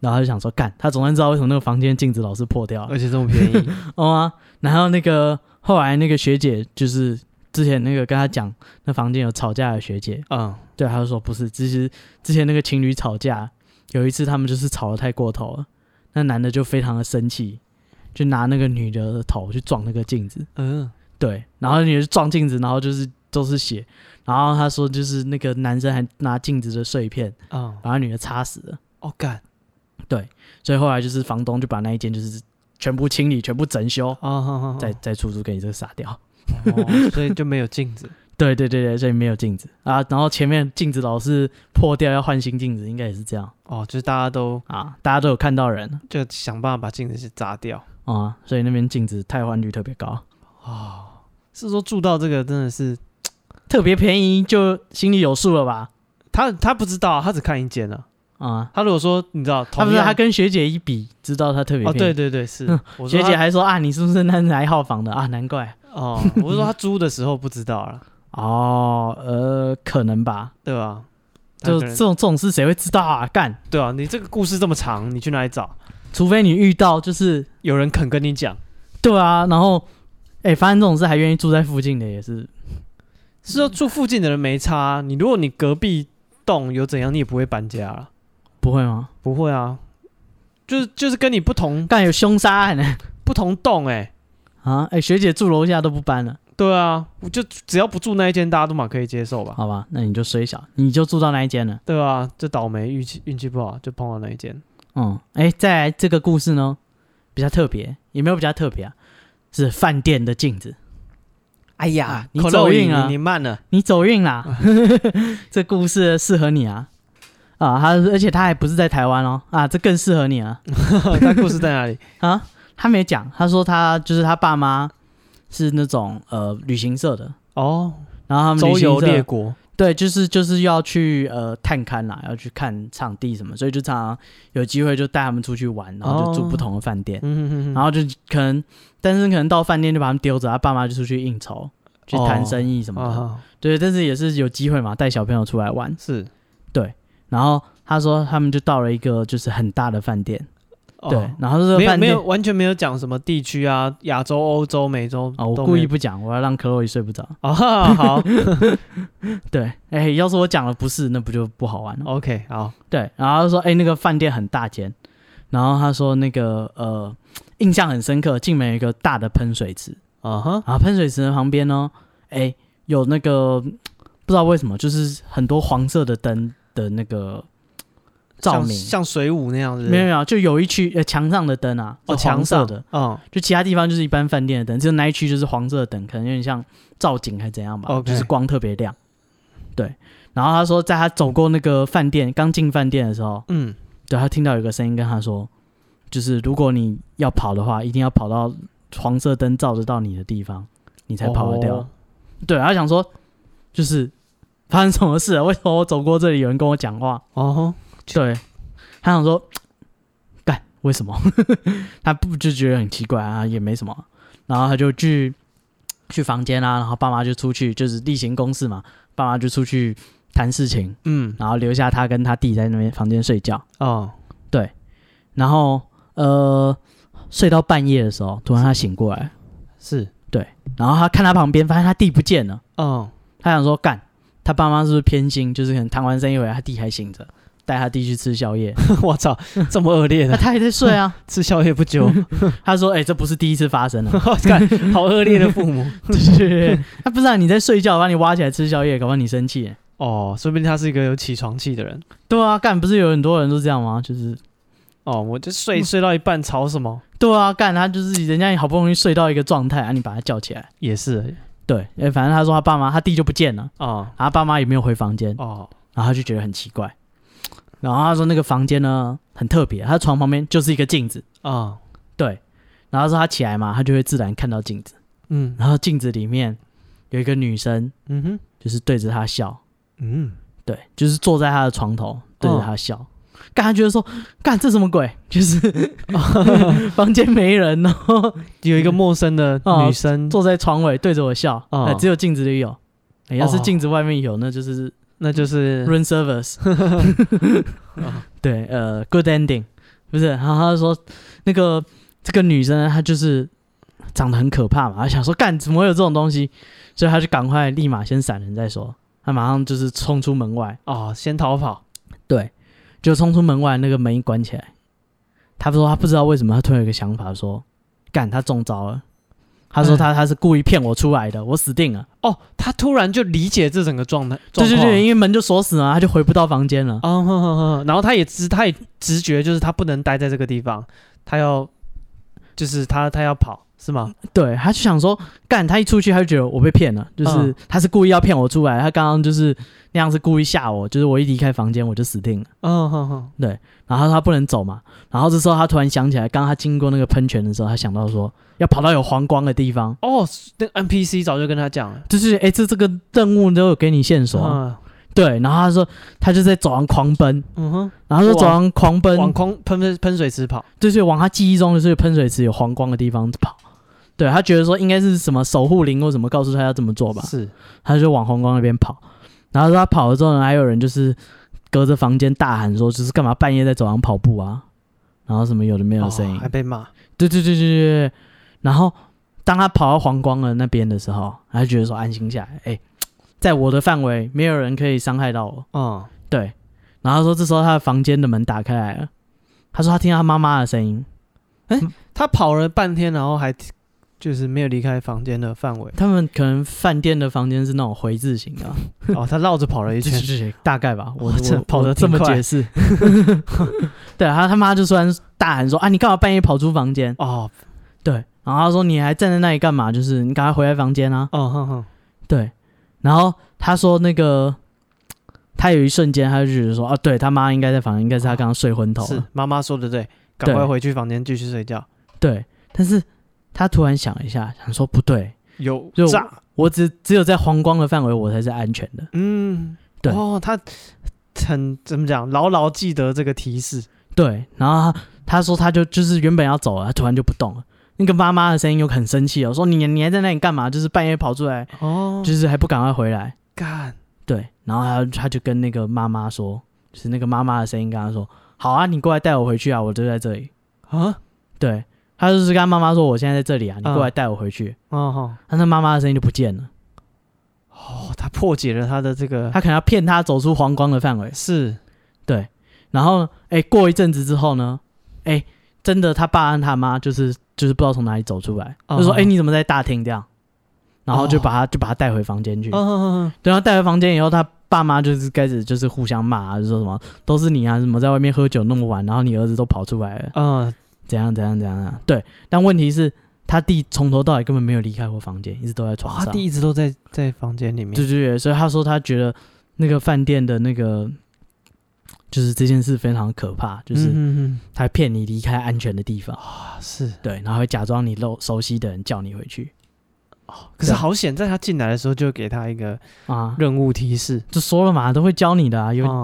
Speaker 2: 然后他就想说干，他总算知道为什么那个房间镜子老是破掉了。
Speaker 1: 而且这么便
Speaker 2: [laughs]
Speaker 1: 宜，
Speaker 2: 哦啊，然后那个后来那个学姐就是之前那个跟他讲那房间有吵架的学姐，
Speaker 1: 嗯
Speaker 2: 对，他就说不是，其实之前那个情侣吵架，有一次他们就是吵得太过头了，那男的就非常的生气，就拿那个女的头去撞那个镜子，
Speaker 1: 嗯，
Speaker 2: 对，然后女的就撞镜子，然后就是都是血，然后他说就是那个男生还拿镜子的碎片
Speaker 1: 啊，
Speaker 2: 把那女的插死了，
Speaker 1: 哦干，
Speaker 2: 所以后来就是房东就把那一间就是全部清理、全部整修，
Speaker 1: 啊哈哈，
Speaker 2: 再再出租给你这个傻屌。
Speaker 1: 哦，所以就没有镜子，
Speaker 2: 对对对对，所以没有镜子啊，然后前面镜子老是破掉，要换新镜子，应该也是这样
Speaker 1: 哦，就是大家都
Speaker 2: 啊，大家都有看到人。
Speaker 1: 就想办法把镜子是砸掉，
Speaker 2: 啊、所以那边镜子汰换率特别高，
Speaker 1: 哦，是说住到这个真的是
Speaker 2: 特别便宜，就心里有数了吧？
Speaker 1: 他他不知道啊，他只看一间啊，
Speaker 2: 啊、
Speaker 1: 他如果说你知道，
Speaker 2: 他不
Speaker 1: 同
Speaker 2: 是
Speaker 1: 样
Speaker 2: 他跟学姐一比，知道他特别
Speaker 1: 哦，
Speaker 2: 便宜。
Speaker 1: 对对对，是
Speaker 2: 嗯
Speaker 1: 我说
Speaker 2: 学
Speaker 1: 他
Speaker 2: 姐还说啊，你是不是那哪一号房的啊？难怪
Speaker 1: 哦，我是说他租的时候不知道了，
Speaker 2: 哦，呃，可能吧。
Speaker 1: 对吧？
Speaker 2: 就
Speaker 1: 他可
Speaker 2: 这
Speaker 1: 能
Speaker 2: 种这种事谁会知道啊？干，
Speaker 1: 对啊，你这个故事这么长，你去哪里找？
Speaker 2: 除非你遇到就是
Speaker 1: 有人肯跟你讲，
Speaker 2: 对啊，然后哎、发生这种事还愿意住在附近的也是
Speaker 1: 是说住附近的人没差啊、你如果你隔壁栋有怎样，你也不会搬家了，
Speaker 2: 不会吗？
Speaker 1: 不会啊，就是就是跟你不同
Speaker 2: 干有凶杀案呢、
Speaker 1: 不同栋哎、
Speaker 2: 啊！哎、学姐住楼下都不搬了，
Speaker 1: 对啊，我就只要不住那一间，大家都蛮可以接受吧，
Speaker 2: 好吧？那你就衰小，你就住到那一间了。
Speaker 1: 对啊，就倒霉运气运气不好就碰到那一间，
Speaker 2: 嗯，哎，再来这个故事呢，比较特别，也没有比较特别啊，是饭店的镜子。哎呀，你
Speaker 1: 可
Speaker 2: 走
Speaker 1: 乐
Speaker 2: 运
Speaker 1: 你
Speaker 2: 啊
Speaker 1: 你，慢了， [laughs]
Speaker 2: 你走运啦，这故事适合你啊。啊，他而且他还不是在台湾哦，啊，这更适合你啊
Speaker 1: 他故事在哪里？
Speaker 2: 啊！他没讲，他说他就是他爸妈是那种呃旅行社的，
Speaker 1: 哦，
Speaker 2: 然 [laughs] 后他们
Speaker 1: 周
Speaker 2: 旅行
Speaker 1: 游
Speaker 2: 社
Speaker 1: 列国，
Speaker 2: 对，就是就是要去呃探勘啦，要去看场地什么，所以就常常有机会就带他们出去玩，然后就住
Speaker 1: 哦
Speaker 2: 不同的饭店。
Speaker 1: 嗯哼哼
Speaker 2: 然后就可能，但是可能到饭店就把他们丢着，他爸妈就出去应酬，去谈生意什么的。
Speaker 1: 哦啊，
Speaker 2: 对，但是也是有机会嘛，带小朋友出来玩。
Speaker 1: 是，
Speaker 2: 然后他说他们就到了一个就是很大的饭店，
Speaker 1: 哦
Speaker 2: 对，然后
Speaker 1: 没
Speaker 2: 这个
Speaker 1: 有
Speaker 2: 饭
Speaker 1: 没
Speaker 2: 店
Speaker 1: 有完全没有讲什么地区啊，亚洲、欧洲、美洲
Speaker 2: 哦，我故意不讲，我要让克洛伊睡不着。
Speaker 1: [laughs] 啊、哦，好 [laughs]
Speaker 2: 对，哎，要是我讲了不是，那不就不好玩了。
Speaker 1: ，OK，好，
Speaker 2: 对，然后他说哎，那个饭店很大间，然后他说那个呃，印象很深刻，进门有一个大的喷水池，
Speaker 1: 啊哈，
Speaker 2: 啊，喷水池的旁边呢，哎，有那个不知道为什么，就是很多黄色的灯的那个照
Speaker 1: 像
Speaker 2: 明，
Speaker 1: 像水舞那样子，
Speaker 2: 没有没有，就有一区呃墙上的灯啊，
Speaker 1: 哦，
Speaker 2: 是黄
Speaker 1: 墙
Speaker 2: 色
Speaker 1: 上
Speaker 2: 的，，
Speaker 1: 嗯，
Speaker 2: 就其他地方就是一般饭店的灯，只有那一区就是黄色的灯，可能有点像造景还怎样吧
Speaker 1: OK
Speaker 2: 就是光特别亮。对，然后他说，在他走过那个饭店，刚进饭店的时候，
Speaker 1: 嗯，
Speaker 2: 对他听到有一个声音跟他说，就是如果你要跑的话，一定要跑到黄色灯照得到你的地地方，你才跑得掉。
Speaker 1: 哦
Speaker 2: 对，他想说就是发生什么事了？啊为什么我走过这里有人跟我讲话？
Speaker 1: 哦，
Speaker 2: 对，他想说干为什么？ [laughs] 他不就觉得很奇怪啊，也没什么。然后他就去去房间啊，然后爸妈就出去，就是例行公事嘛，爸妈就出去谈事情，
Speaker 1: 嗯，
Speaker 2: 然后留下他跟他弟在那边房间睡觉。
Speaker 1: 哦，
Speaker 2: 然后呃，睡到半夜的时候，突然他醒过来，
Speaker 1: 是，
Speaker 2: 然后他看他旁边，发现他弟不见了。
Speaker 1: 哦，
Speaker 2: 他想说干，他爸妈是不是偏心？就是可能谈完生意回来，他弟还醒着，带他弟去吃宵夜，
Speaker 1: [laughs] 我操，这么恶劣
Speaker 2: 那 [laughs]
Speaker 1: 的，
Speaker 2: 他还在睡啊。
Speaker 1: 吃宵夜不久，
Speaker 2: 他说：“哎、这不是第一次发生了。
Speaker 1: [laughs] 看，好恶劣的父母。
Speaker 2: 对对对，他不知道你在睡觉，把你挖起来吃宵夜，搞不好你生气耶。
Speaker 1: [laughs] 哦，说不定他是一个有起床气的人。
Speaker 2: 对啊，干不是有很多人都这样吗？就是
Speaker 1: 哦，我就睡睡到一半，吵什么？
Speaker 2: 对啊，干他就是人家好不容易睡到一个状态啊，你把他叫起来。
Speaker 1: 也是，
Speaker 2: 对，哎，反正他说他爸妈，他弟就不见了，
Speaker 1: 哦，
Speaker 2: 然后他爸妈也没有回房间，
Speaker 1: 哦，
Speaker 2: 然后他就觉得很奇怪。然后他说那个房间呢很特别，他床旁边就是一个镜子，
Speaker 1: 哦，
Speaker 2: 对。然后他说他起来嘛，他就会自然看到镜子，
Speaker 1: 嗯，
Speaker 2: 然后镜子里面有一个女生，
Speaker 1: 嗯哼，
Speaker 2: 就是对着他笑，
Speaker 1: 嗯，
Speaker 2: 对，就是坐在他的床头对着他笑。干，他觉得说，干这什么鬼？就是哦房间没人，然后
Speaker 1: 有一个陌生的
Speaker 2: 哦
Speaker 1: 女生，
Speaker 2: [laughs] 坐在床尾对着我笑，
Speaker 1: 哦
Speaker 2: 呃只有镜子里有。哎要是
Speaker 1: 哦
Speaker 2: 镜子外面有，那就是
Speaker 1: 那就是
Speaker 2: room service。对，
Speaker 1: 哦
Speaker 2: [laughs] 呃，good ending，不是？然后他就说，那个这个女生呢她就是长得很可怕嘛，她想说，干怎么会有这种东西？所以她就赶快立马先闪人再说，她马上就是冲出门外，
Speaker 1: 哦，先逃跑。
Speaker 2: 对，就冲出门外，那个门一关起来，他说他不知道为什么，他突然有一个想法说，干他中招了。他说
Speaker 1: 嗯
Speaker 2: 他他是故意骗我出来的，我死定了。
Speaker 1: 哦，他突然就理解这整个状态，
Speaker 2: 对对
Speaker 1: 状况
Speaker 2: 对，因为门就锁死了，他就回不到房间了。
Speaker 1: 哦，呵呵呵然后他也知，他也直觉就是他不能待在这个地方，他要，就是他他要跑是吗？
Speaker 2: 对，他就想说，干他一出去他就觉得我被骗了，就是
Speaker 1: 嗯
Speaker 2: 他是故意要骗我出来，他刚刚就是那样是故意吓我，就是我一离开房间我就死定了。
Speaker 1: 嗯哼哼，
Speaker 2: 然后他说他不能走嘛，然后这时候他突然想起来，刚刚他经过那个喷泉的时候，他想到说要跑到有黄光的地方，
Speaker 1: 哦，那 NPC 早就跟他讲了，
Speaker 2: 就是哎这这个任务都有给你线索啊，
Speaker 1: 嗯
Speaker 2: 对，然后他说他就在走廊狂奔，
Speaker 1: 嗯哼，
Speaker 2: 然后就走廊狂
Speaker 1: 往
Speaker 2: 奔，
Speaker 1: 空喷喷喷水池跑，
Speaker 2: 就是往他记忆中就是喷水池有黄光的地方跑。对他觉得说应该是什么守护灵或什么告诉他要这么做吧，
Speaker 1: 是，
Speaker 2: 他就往黄光那边跑。然后他跑了之后呢，还有人就是隔着房间大喊说，就是干嘛半夜在走廊跑步啊？然后什么有的没有的声音
Speaker 1: 哦，还被骂，
Speaker 2: 对对对对对对。然后当他跑到黄光了那边的时候，他就觉得说安心下来，哎，在我的范围没有人可以伤害到我。
Speaker 1: 哦，
Speaker 2: 对，然后他说这时候他的房间的门打开来了，他说他听到他妈妈的声音，，
Speaker 1: 他跑了半天，然后还就是没有离开房间的 [laughs] 范围
Speaker 2: 他们可能饭店的房间是那种回字形的，
Speaker 1: 哦，他绕着跑了一
Speaker 2: 就
Speaker 1: 圈，
Speaker 2: 是大概 [laughs] 吧，我
Speaker 1: 哇这
Speaker 2: 我
Speaker 1: 跑
Speaker 2: 我
Speaker 1: 得
Speaker 2: 这
Speaker 1: 挺
Speaker 2: 么
Speaker 1: 快
Speaker 2: 解释。 [laughs] 对，他他妈就突然大喊说啊，你干嘛半夜跑出房间？
Speaker 1: 哦，
Speaker 2: 对，然后他说你还站在那里干嘛？就是你赶快回来房间啊。
Speaker 1: 哦，哼哼，
Speaker 2: 对，然后他说那个。他有一瞬间，他就觉得说，啊，对他妈应该在房间，应该是他刚刚睡昏头了。
Speaker 1: 是妈妈说的啊对，
Speaker 2: 对
Speaker 1: 赶快回去房间继续睡觉，
Speaker 2: 对，但是他突然想了一下，想说不对，
Speaker 1: 有
Speaker 2: 就
Speaker 1: 炸，
Speaker 2: 我只只有在黄光的范围，我才是安全的。
Speaker 1: 嗯，
Speaker 2: 对
Speaker 1: 哦，他很怎么讲，牢牢记得这个提示，
Speaker 2: 对，然后他他说他就就是原本要走了，他突然就不动了。那个妈妈的声音又很生气哦，说你你还在那里干嘛？就是半夜跑出来，
Speaker 1: 哦，
Speaker 2: 就是还不赶快回来。
Speaker 1: 干，
Speaker 2: 对，然后他他就跟那个妈妈说，就是那个妈妈的声音跟他说，好啊，你过来带我回去啊，我就在这里。
Speaker 1: 啊，
Speaker 2: 对，他就是跟他妈妈说，我现在在这里啊，你过
Speaker 1: 嗯
Speaker 2: 来带我回去。
Speaker 1: 哦哦，
Speaker 2: 但他妈妈的声音就不见了，
Speaker 1: 哦，他破解了他的这个，
Speaker 2: 他可能要骗他走出黄光的范围。
Speaker 1: 是，
Speaker 2: 然后呢，哎、过一阵子之后呢，哎、真的他爸和他妈就是就是不知道从哪里走出来，
Speaker 1: 哦
Speaker 2: 就说哎、诶你怎么在大厅这样？然后就
Speaker 1: 哦
Speaker 2: 把他、就把他带回房间去。
Speaker 1: 嗯嗯嗯
Speaker 2: 对，然后带回房间以后，他爸妈就是开始就是互相骂、啊，就说什么都是你啊，什么在外面喝酒那么晚，然后你儿子都跑出来了，
Speaker 1: 嗯，嗯
Speaker 2: 怎样怎样怎样啊？对，但问题是，他弟从头到尾根本没有离开过房间，一直都在床
Speaker 1: 哇，
Speaker 2: 上。
Speaker 1: 他弟一直都在在房间里面，
Speaker 2: 对对对，所以他说他觉得那个饭店的那个就是这件事非常可怕，就是。
Speaker 1: 嗯嗯
Speaker 2: 他骗你离开安全的地方，
Speaker 1: 嗯啊，是，
Speaker 2: 对，然后会假装你漏熟悉的人叫你回去，
Speaker 1: 可是好险，在他进来的时候就给他一个
Speaker 2: 啊，
Speaker 1: 任务提示，
Speaker 2: 就说了嘛，都会教你的啊，有、
Speaker 1: 哦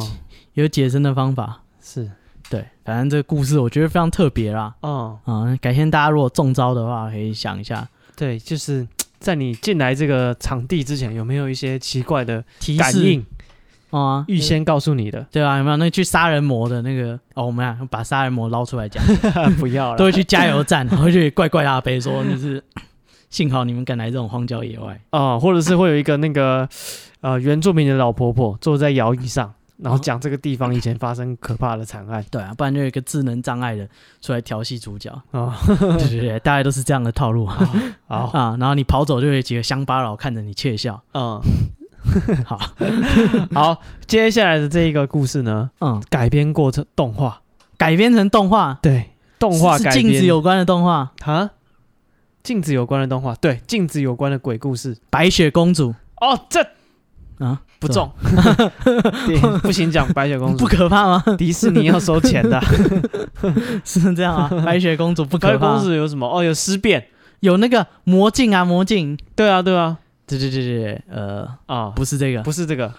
Speaker 2: 有解身的方法。
Speaker 1: 是，
Speaker 2: 对，反正这个故事我觉得非常特别啦。
Speaker 1: 哦，
Speaker 2: 啊、改天大家如果中招的话，可以想一下
Speaker 1: 对，就是在你进来这个场地之前，有没有一些奇怪的
Speaker 2: 提
Speaker 1: 感
Speaker 2: 示
Speaker 1: 应
Speaker 2: 啊，
Speaker 1: 预先告诉你的？
Speaker 2: 对啊，有没有那个去杀人魔的那个？哦，我们俩把杀人魔捞
Speaker 1: [laughs]
Speaker 2: 出来讲，
Speaker 1: [laughs] 不要
Speaker 2: 都
Speaker 1: 了，
Speaker 2: 会去加油站，然后就怪怪阿北说，就是 [coughs] 幸好你们敢来这种荒郊野外。
Speaker 1: 哦，或者是会有一个那个呃原住民的老婆婆坐在摇椅上，然后讲这个地方以前发生可怕的惨案
Speaker 2: 对啊，不然就有一个智能障碍的出来调戏主
Speaker 1: [laughs]
Speaker 2: 角。
Speaker 1: 哦，
Speaker 2: 对对对，大概都是这样的套路啊。
Speaker 1: [laughs] 好，
Speaker 2: 啊，然后你跑走就有几个乡巴佬看着你窃笑。
Speaker 1: [laughs] 嗯，
Speaker 2: 好，
Speaker 1: 好，接下来的这一个故事呢，
Speaker 2: 嗯，
Speaker 1: 改编过成动画，
Speaker 2: 改编成动画，
Speaker 1: 对，动画
Speaker 2: 是
Speaker 1: 改
Speaker 2: 是镜
Speaker 1: 编
Speaker 2: 子有关的动画，
Speaker 1: 啊，镜子有关的动画，对，镜子有关的鬼故事。
Speaker 2: 《白雪公主
Speaker 1: 哦，这》
Speaker 2: 啊，
Speaker 1: 不中，对
Speaker 2: [laughs]
Speaker 1: 不行讲白雪公
Speaker 2: 不
Speaker 1: 主，
Speaker 2: 可怕吗？ [laughs]
Speaker 1: 迪士尼要收钱的。
Speaker 2: 是这样啊，
Speaker 1: [laughs]
Speaker 2: 《白雪公主》 [laughs] 不
Speaker 1: 白雪
Speaker 2: 可怕
Speaker 1: 公，主有什么？哦，有尸变。
Speaker 2: 有那个魔镜啊，魔镜。
Speaker 1: 对啊，对啊，
Speaker 2: 对对对对，对呃，
Speaker 1: 啊，
Speaker 2: 不是这个， [laughs]
Speaker 1: 不是这个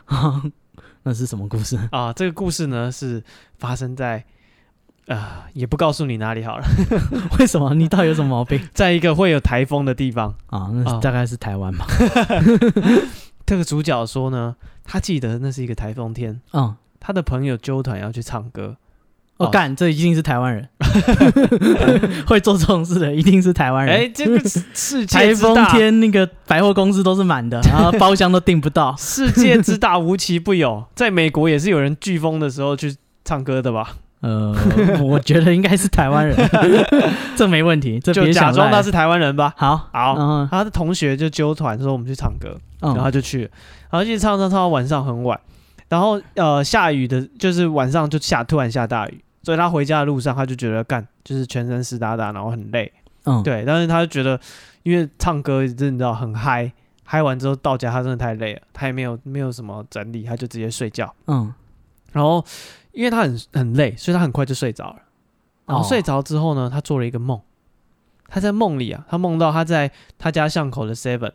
Speaker 2: 那是什么故事？ [laughs]
Speaker 1: 啊，这个故事呢是发生在。啊、也不告诉你哪里好了，
Speaker 2: 为什么？你到底有什么毛病
Speaker 1: [laughs] 在一个会有台风的地方，
Speaker 2: 啊？那
Speaker 1: 啊
Speaker 2: 大概是台湾吧。
Speaker 1: 这个主角说呢，他记得那是一个台风天，
Speaker 2: 嗯，
Speaker 1: 他的朋友纠团要去唱歌，
Speaker 2: 我、
Speaker 1: 哦
Speaker 2: 干，这一定是台
Speaker 1: [laughs]
Speaker 2: 湾人，会做这种事的一定是台湾人。
Speaker 1: 哎、这
Speaker 2: [laughs]
Speaker 1: 个世世界
Speaker 2: 台
Speaker 1: 之
Speaker 2: 风
Speaker 1: 大。
Speaker 2: 天那个百货公司都是满的，然后包厢都订不到
Speaker 1: 世界之大，无奇不有。在美国也是有人飓风的时候去唱歌的吧？
Speaker 2: 呃，我觉得应该是台
Speaker 1: [laughs]
Speaker 2: 湾人，这没问题，这
Speaker 1: 就
Speaker 2: 别
Speaker 1: 假
Speaker 2: 想
Speaker 1: 装
Speaker 2: 赖
Speaker 1: 他是台湾人吧。
Speaker 2: 好，
Speaker 1: 好
Speaker 2: 嗯
Speaker 1: 他的同学就纠团说我们去唱歌，然后他
Speaker 2: 嗯
Speaker 1: 就去了，然后一直唱唱唱到晚上很晚，然后呃下雨的，就是晚上就下突然下大雨，所以他回家的路上他就觉得干就是全身湿哒哒，然后很累，
Speaker 2: 嗯，
Speaker 1: 对，但是他就觉得因为唱歌真的你知道很嗨，嗨完之后到家他真的太累了，他也没有没有什么整理，他就直接睡觉。
Speaker 2: 嗯，
Speaker 1: 然后因为他很很累，所以他很快就睡着了。然
Speaker 2: 哦
Speaker 1: 后睡着之后呢，他做了一个梦，他在梦里啊，他梦到他在他家巷口的 Seven，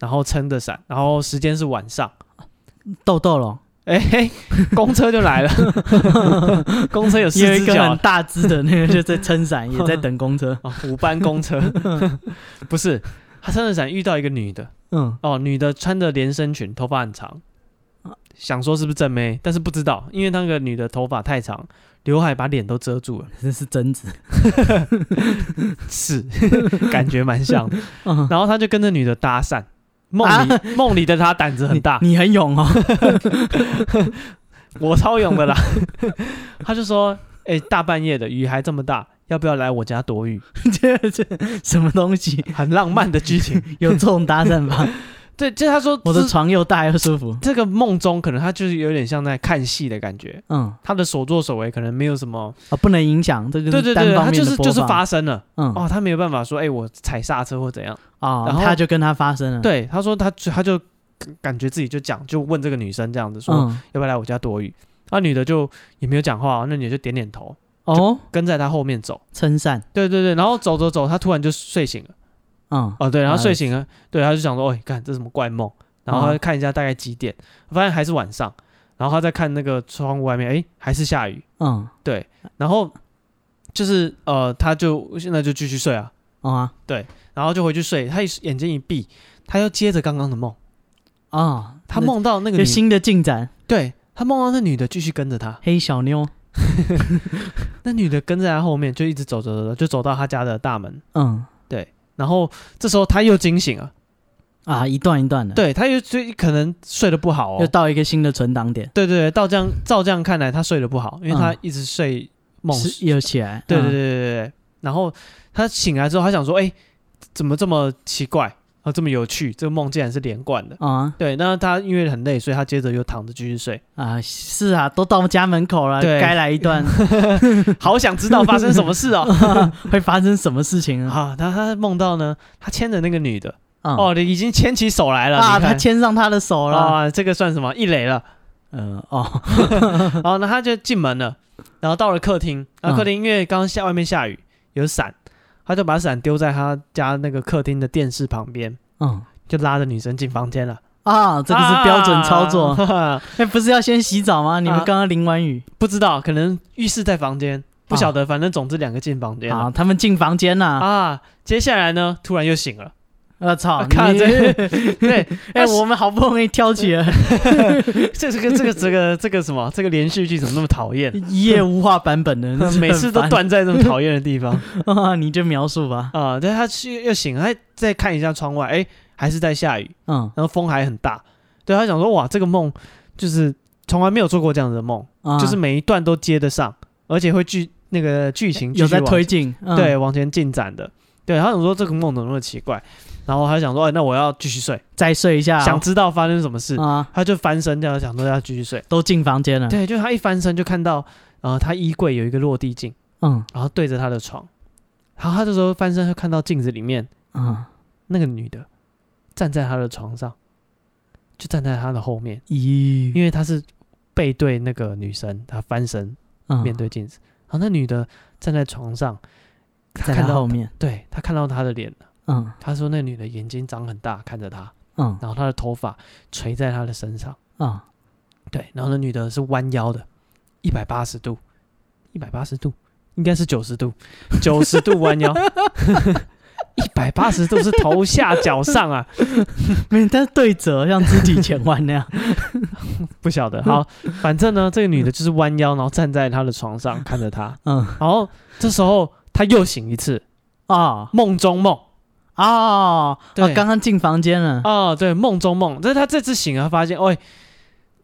Speaker 1: 然后撑着伞，然后时间是晚上，
Speaker 2: 豆豆龙
Speaker 1: 哎嘿，公车就来了， [laughs] 公车有四
Speaker 2: 有一
Speaker 1: 只
Speaker 2: 个
Speaker 1: 脚嗯
Speaker 2: 很大只的
Speaker 1: [laughs]
Speaker 2: 那个就在撑伞，也在等公车。
Speaker 1: 啊，五班公车 [laughs] 不是，他撑着伞遇到一个女的
Speaker 2: 嗯，
Speaker 1: 哦，女的穿着连身裙，头发很长。
Speaker 2: 啊
Speaker 1: 想说是不是正妹，但是不知道，因为那个女的头发太长，刘海把脸都遮住了。
Speaker 2: 这是贞子。
Speaker 1: 是， [laughs] 感觉蛮像的。
Speaker 2: [laughs] 嗯，
Speaker 1: 然后他就跟那女的搭讪，梦里 [laughs] 梦、里的他胆子很大，
Speaker 2: 啊你很勇哦。 [laughs]
Speaker 1: 我超勇的啦。 [laughs] 他就说：“哎、大半夜的雨还这么大，要不要来我家躲
Speaker 2: [laughs]
Speaker 1: 雨
Speaker 2: 这这什么东西？？”
Speaker 1: 很浪漫的剧
Speaker 2: [laughs]
Speaker 1: 情。
Speaker 2: 有这种搭讪
Speaker 1: [laughs]
Speaker 2: 吗？
Speaker 1: 对，就他说
Speaker 2: 我的
Speaker 1: 这
Speaker 2: 床又大又舒服。
Speaker 1: 这个梦中，可能他就是有点像在看戏的感觉。
Speaker 2: 嗯
Speaker 1: 他的所作所为可能没有什么，
Speaker 2: 啊，不能影响这个
Speaker 1: 对
Speaker 2: 是
Speaker 1: 对
Speaker 2: 单
Speaker 1: 对，
Speaker 2: 方
Speaker 1: 他
Speaker 2: 面
Speaker 1: 就
Speaker 2: 的
Speaker 1: 是
Speaker 2: 播
Speaker 1: 就是
Speaker 2: 放
Speaker 1: 发生了
Speaker 2: 嗯
Speaker 1: 哦，他没有办法说，哎、我踩刹车或怎样。
Speaker 2: 啊，
Speaker 1: 然后
Speaker 2: 他就跟他发生了，，
Speaker 1: 对，他说他他就感觉自己就讲，就问这个女生这样子说，
Speaker 2: 嗯
Speaker 1: 要不要来我家躲雨？那女的就也没有讲话，那女的就点点头，
Speaker 2: 哦，
Speaker 1: 跟在他后面走。
Speaker 2: 撑伞，
Speaker 1: 对对对，然后走走走，他突然就睡醒了。
Speaker 2: 嗯
Speaker 1: 哦，对，然后
Speaker 2: 啊
Speaker 1: 睡醒了，对，他就想说，哎，看这什么怪梦？然后他
Speaker 2: 嗯
Speaker 1: 看一下大概几点，发现还是晚上。然后他再看那个窗户外面，哎，还是下雨。
Speaker 2: 嗯
Speaker 1: 对，然后就是呃，他就现在就继续睡啊，
Speaker 2: 哦啊
Speaker 1: 然后就回去睡。他一眼睛一闭，他又接着刚刚的梦，
Speaker 2: 啊，
Speaker 1: 他
Speaker 2: 那
Speaker 1: 梦到那个
Speaker 2: 有
Speaker 1: 女，
Speaker 2: 新的进展，
Speaker 1: 对他梦到那女的继续跟着他。
Speaker 2: 黑小妞，
Speaker 1: 那女的跟在他后面，就一直走走走走，就走到他家的大门。
Speaker 2: 嗯
Speaker 1: 然后这时候他又惊醒了，
Speaker 2: 啊，一段一段的，，
Speaker 1: 对，他又就可能睡得不好
Speaker 2: 又
Speaker 1: 哦。
Speaker 2: 到一个新的存档点，
Speaker 1: 对对对，到这样照这样看来，他睡得不好，因为他一直睡梦。
Speaker 2: 是又起来，
Speaker 1: 对对对对
Speaker 2: 嗯，
Speaker 1: 对对。然后他醒来之后，他想说：“哎，怎么这么奇怪啊？这么有趣？这个梦竟然是连贯的。
Speaker 2: 啊”
Speaker 1: 对，那他因为很累，所以他接着又躺着继续睡。
Speaker 2: 啊，是啊，都到家门口了，
Speaker 1: 对
Speaker 2: 该来
Speaker 1: [laughs]
Speaker 2: 一段，
Speaker 1: 好想知道发生什么事哦！
Speaker 2: 会发生什么事情啊？
Speaker 1: 啊，他他梦到呢，他牵着那个女的，
Speaker 2: 嗯
Speaker 1: 哦，已经牵起手来了
Speaker 2: 啊，
Speaker 1: 你
Speaker 2: 他
Speaker 1: 看
Speaker 2: 牵上他的手了，
Speaker 1: 啊，这个算什么？一垒了。
Speaker 2: 呃，哦，
Speaker 1: [laughs] 然后呢，他就进门了，然后到了客
Speaker 2: 嗯
Speaker 1: 厅，然后客厅因为刚刚下外面下雨有伞，他就把伞丢在他家那个客厅的电视旁边，
Speaker 2: 嗯
Speaker 1: 就拉着女生进房间了。
Speaker 2: 啊，这个是标准操作。
Speaker 1: 啊 [laughs]
Speaker 2: 哎、不是要先洗澡吗？你们
Speaker 1: 啊
Speaker 2: 刚刚淋完雨
Speaker 1: 不知道，可能浴室在房间，不晓得，反正总之两个进房间
Speaker 2: 啊，
Speaker 1: 了
Speaker 2: 他们进房间啦、
Speaker 1: 啊。接下来呢，突然又醒了，
Speaker 2: 我、操！
Speaker 1: 啊 [laughs] 看
Speaker 2: 你
Speaker 1: 这
Speaker 2: [laughs]
Speaker 1: 对，
Speaker 2: 哎、
Speaker 1: 啊
Speaker 2: 我们好不容易挑起了
Speaker 1: [laughs] 这这个这个这个这个什么，这个连续剧怎么那么讨
Speaker 2: [laughs]
Speaker 1: 厌？
Speaker 2: 一夜无话版本的，
Speaker 1: [laughs] 每次都
Speaker 2: 很
Speaker 1: 断
Speaker 2: 烦
Speaker 1: 在这么讨厌的地方
Speaker 2: [laughs] 啊！你就描述吧。
Speaker 1: 啊！但他去又醒了，他再看一下窗外，哎，还是在下雨，
Speaker 2: 嗯
Speaker 1: 然后风还很大。对他想说，哇，这个梦就是从来没有做过这样的梦，
Speaker 2: 啊，
Speaker 1: 就是每一段都接得上，而且会剧那个剧情继续
Speaker 2: 有在
Speaker 1: 往
Speaker 2: 推进。嗯、
Speaker 1: 对，往前进展的。对，他想说这个梦怎么那么奇怪，然后他想说，哎，那我要继续睡，
Speaker 2: 再睡一下、哦
Speaker 1: 想知道发生什么事，
Speaker 2: 啊，
Speaker 1: 他就翻身这样想说要继续睡。
Speaker 2: 都进房间了。
Speaker 1: 对，就他一翻身就看到，呃，他衣柜有一个落地镜，
Speaker 2: 嗯
Speaker 1: 然后对着他的床，然后他这时候翻身就看到镜子里面
Speaker 2: 嗯，
Speaker 1: 那个女的站在他的床上，就站在他的后面，
Speaker 2: 咦，
Speaker 1: 因为他是背对那个女生，他翻身
Speaker 2: 嗯
Speaker 1: 面对镜子，然后那女的站在床上，他
Speaker 2: 在
Speaker 1: 看
Speaker 2: 他
Speaker 1: 到
Speaker 2: 后，面。
Speaker 1: 对他看到他的脸了。
Speaker 2: 嗯
Speaker 1: 他说那女的眼睛长很大，看着他，
Speaker 2: 嗯
Speaker 1: 然后她的头发垂在他的身上， [laughs]
Speaker 2: 嗯
Speaker 1: 对，然后那女的是弯腰的，一百八十度，一百八十度，应该是九十度，九十度弯腰， [laughs] 一百八十度是头下脚上啊，
Speaker 2: 没有，但是对折，像肢体前弯那样。
Speaker 1: 不晓得。好，反正呢，这个女的就是弯腰，然后站在他的床
Speaker 2: [laughs]
Speaker 1: 上看着他，
Speaker 2: 嗯
Speaker 1: 然后这时候他又醒一次，
Speaker 2: 啊
Speaker 1: 梦中梦，
Speaker 2: 哦，
Speaker 1: 对
Speaker 2: 哦刚刚进房间了。
Speaker 1: 哦，对，梦中梦，但是他这次醒了，发现，哦，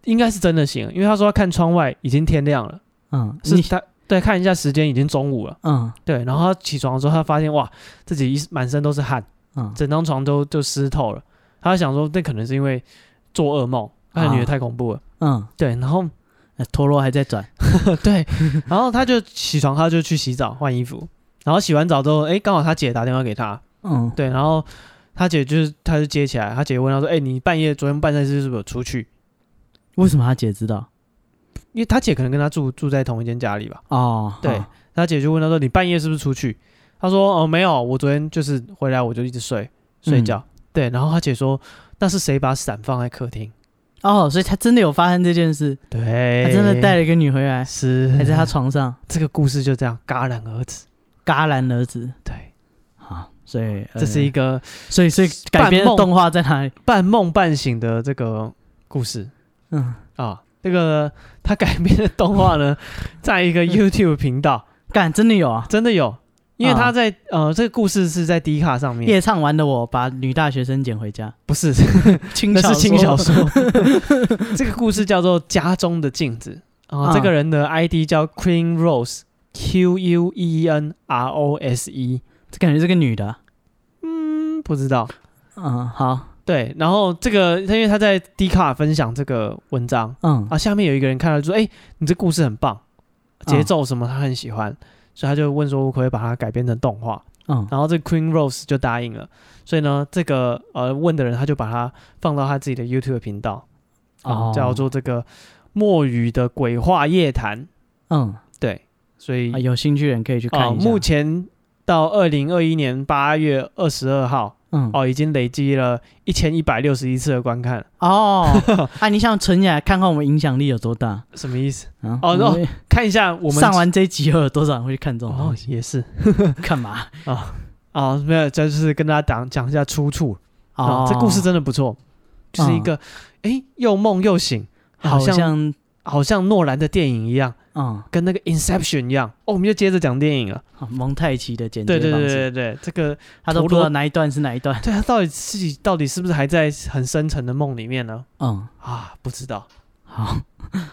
Speaker 1: 应该是真的醒了，因为他说他看窗外已经天亮了，
Speaker 2: 嗯，
Speaker 1: 是
Speaker 2: 你
Speaker 1: 他对看一下时间已经中午了，
Speaker 2: 嗯
Speaker 1: 对，然后他起床的时候，他发现哇，自己一满身都是汗，
Speaker 2: 嗯
Speaker 1: 整张床都就湿透了，他想说那可能是因为做噩梦，那女
Speaker 2: 啊
Speaker 1: 的太恐怖了，
Speaker 2: 嗯，
Speaker 1: 对，然后
Speaker 2: 哎陀螺还在转。
Speaker 1: [laughs] 对，然后他就起床，他就去洗澡换衣服，然后洗完澡之后，哎，刚好他姐打电话给他，
Speaker 2: 嗯
Speaker 1: 对，然后他姐就是他就接起来，他姐问他说：“哎、你半夜昨天半夜是不是有出去
Speaker 2: 为什么他姐知道？？”
Speaker 1: 因为他姐可能跟他住住在同一间家里吧。
Speaker 2: 哦，
Speaker 1: 对
Speaker 2: 哦
Speaker 1: 他姐就问他说：“你半夜是不是出去？”他说：“哦，没有，我昨天就是回来我就一直睡哦睡觉。
Speaker 2: 嗯
Speaker 1: 对，然后他姐说：“那是谁把伞放在客厅
Speaker 2: 哦，所以他真的有发生这件事，？”
Speaker 1: 对，
Speaker 2: 他哎真的带了一个女回来，
Speaker 1: 是
Speaker 2: 还在他床上，
Speaker 1: 这个故事就这样戛然而止。
Speaker 2: 戛然而止。
Speaker 1: 对，
Speaker 2: 好，所以
Speaker 1: 这是一
Speaker 2: 个，
Speaker 1: 个
Speaker 2: 所以所以改编的动画在哪里？
Speaker 1: 半梦半醒的这个故事
Speaker 2: 嗯，
Speaker 1: 啊。这个他改编的动画 [laughs] 呢，在一个 YouTube 频道。
Speaker 2: 干，真的有啊！
Speaker 1: 真的有，因为
Speaker 2: 啊
Speaker 1: 他在、呃，这个故事是在 D 卡上面，
Speaker 2: 夜唱完的我把女大学生捡
Speaker 1: [laughs]
Speaker 2: 回家，
Speaker 1: 不是，
Speaker 2: 轻
Speaker 1: 那
Speaker 2: 小
Speaker 1: 是轻 [laughs] 小
Speaker 2: 说
Speaker 1: 说。 [laughs] 这个故事叫做《家中的镜子》啊、
Speaker 2: 啊
Speaker 1: 这个人的 ID 叫 Queen Rose。Q U E N R O S E，
Speaker 2: 这感觉是个女的啊。
Speaker 1: 嗯，不知道。
Speaker 2: 嗯，好，
Speaker 1: 对，然后这个，因为他在 D 卡分享这个文章
Speaker 2: 嗯
Speaker 1: 啊，下面有一个人看到就说：“哎、你这故事很棒，节奏什么他很喜欢，所以他就问说，我可不可以把它改编成动画？”
Speaker 2: 嗯
Speaker 1: 然后这 Queen Rose 就答应了，所以呢，这个呃问的人他就把它放到他自己的 YouTube 频道啊、
Speaker 2: 哦
Speaker 1: 叫做这个墨雨的鬼话夜谈，
Speaker 2: 嗯，
Speaker 1: 对，所以
Speaker 2: 啊有兴趣的人可以去
Speaker 1: 啊、
Speaker 2: 看一下。
Speaker 1: 嗯目前到二零二一年八月二十二号
Speaker 2: 嗯
Speaker 1: 哦、已经累积了一千一百六十一次的观看， [laughs]
Speaker 2: 哦，啊，你想存起来看看我们影响力有多大？
Speaker 1: 什么意思？
Speaker 2: 嗯
Speaker 1: 哦
Speaker 2: 我们
Speaker 1: 看一下我们
Speaker 2: 上完这一集后有多少人会去看这种
Speaker 1: 哦
Speaker 2: 东，西？
Speaker 1: 也是
Speaker 2: 干嘛？
Speaker 1: 啊、没有，这就是跟大家讲讲一下出处啊、
Speaker 2: 哦，嗯
Speaker 1: 这故事真的不错，就是一个哎、诶又梦又醒，
Speaker 2: 好
Speaker 1: 好像
Speaker 2: 像
Speaker 1: 好像诺兰的电影一样，
Speaker 2: 嗯，
Speaker 1: 跟那个 Inception 一样。哦，我们就接着讲电影了。
Speaker 2: 好蒙太奇的剪
Speaker 1: 对
Speaker 2: 接
Speaker 1: 对
Speaker 2: 方
Speaker 1: 对
Speaker 2: 式，
Speaker 1: 对对，这个
Speaker 2: 他都不知
Speaker 1: 陀螺
Speaker 2: 道哪一段是哪一段。
Speaker 1: 对他到底自己到底是不是还在很深沉的梦里面呢？
Speaker 2: 嗯，
Speaker 1: 啊，不知道。
Speaker 2: [laughs] 好，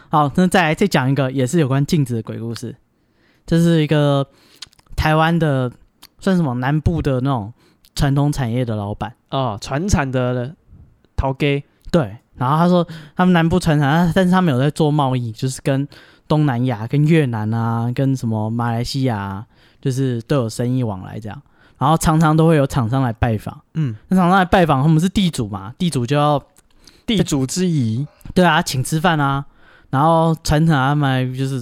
Speaker 2: 好，那再来再讲一个也是有关镜子的鬼故事，这是一个台湾的算什么南部的那种传统产业的老板，
Speaker 1: 啊，传产的陶给
Speaker 2: 对，然后他说他们南部传产，但是他们有在做贸易，就是跟东南亚、跟越南啊、跟什么马来西亚、啊，就是都有生意往来这样，然后常常都会有厂商来拜访，
Speaker 1: 嗯，
Speaker 2: 那厂商来拜访，他们是地主嘛，地主就要
Speaker 1: 地主之谊
Speaker 2: 对啊，请吃饭啊，然后传承他们就是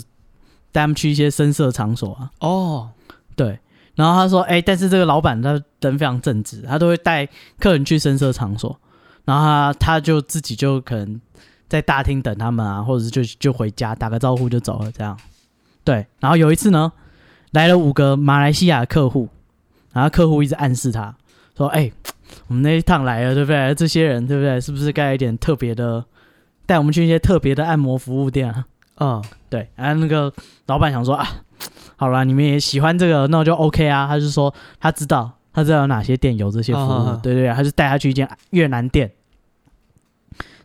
Speaker 2: 带他们去一些深色场所啊，
Speaker 1: 哦，
Speaker 2: 对，然后他说，哎、但是这个老板他人非常正直，他都会带客人去深色场所，然后他他就自己就可能在大厅等他们啊，或者是就就回家打个招呼就走了这样。对，然后有一次呢，来了五个马来西亚的客户，然后客户一直暗示他说，哎、我们那一趟来了，对不对？这些人对不对？是不是该有一点特别的，带我们去一些特别的按摩服务店啊？
Speaker 1: 嗯，
Speaker 2: 对，然后那个老板想说啊，好啦，你们也喜欢这个，那我就 OK 啊。他就说他知道，他知道有哪些店有这些服务，
Speaker 1: 嗯嗯嗯
Speaker 2: 对对对，他就带他去一间越南店。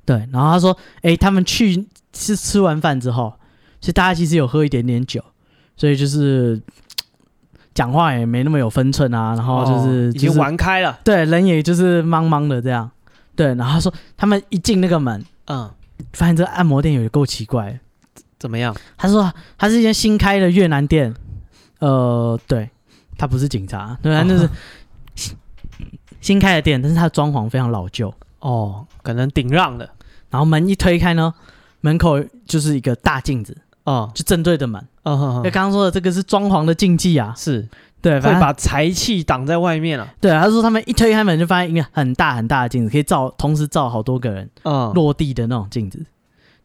Speaker 2: 对，然后他说，诶，他们去是吃完饭之后，其实大家其实有喝一点点酒，所以就是嘖讲话也没那么有分寸啊，然后就是、
Speaker 1: 哦已
Speaker 2: 就
Speaker 1: 经
Speaker 2: 是
Speaker 1: 玩开了，
Speaker 2: 对，人也就是茫茫的这样。对，然后他说他们一进那个门，
Speaker 1: 嗯，
Speaker 2: 发现这个按摩店有够奇怪的。
Speaker 1: 怎么样？
Speaker 2: 他说他是一间新开的越南店，呃，对，他不是警察，对，
Speaker 1: 哦
Speaker 2: 他就是新新开的店，但是他的装潢非常老旧。
Speaker 1: 哦，可能顶让了，
Speaker 2: 然后门一推开呢，门口就是一个大镜子，
Speaker 1: 哦，
Speaker 2: 就正对着门。
Speaker 1: 嗯哼哼，
Speaker 2: 那、刚刚说的这个是装潢的禁忌啊，
Speaker 1: 是
Speaker 2: 对，
Speaker 1: 会
Speaker 2: 反正
Speaker 1: 把财气挡在外面了，
Speaker 2: 对，他说他们一推开门就发现一个很大很大的镜子，可以照同时照好多个人。
Speaker 1: 嗯，
Speaker 2: 落地的那种镜子。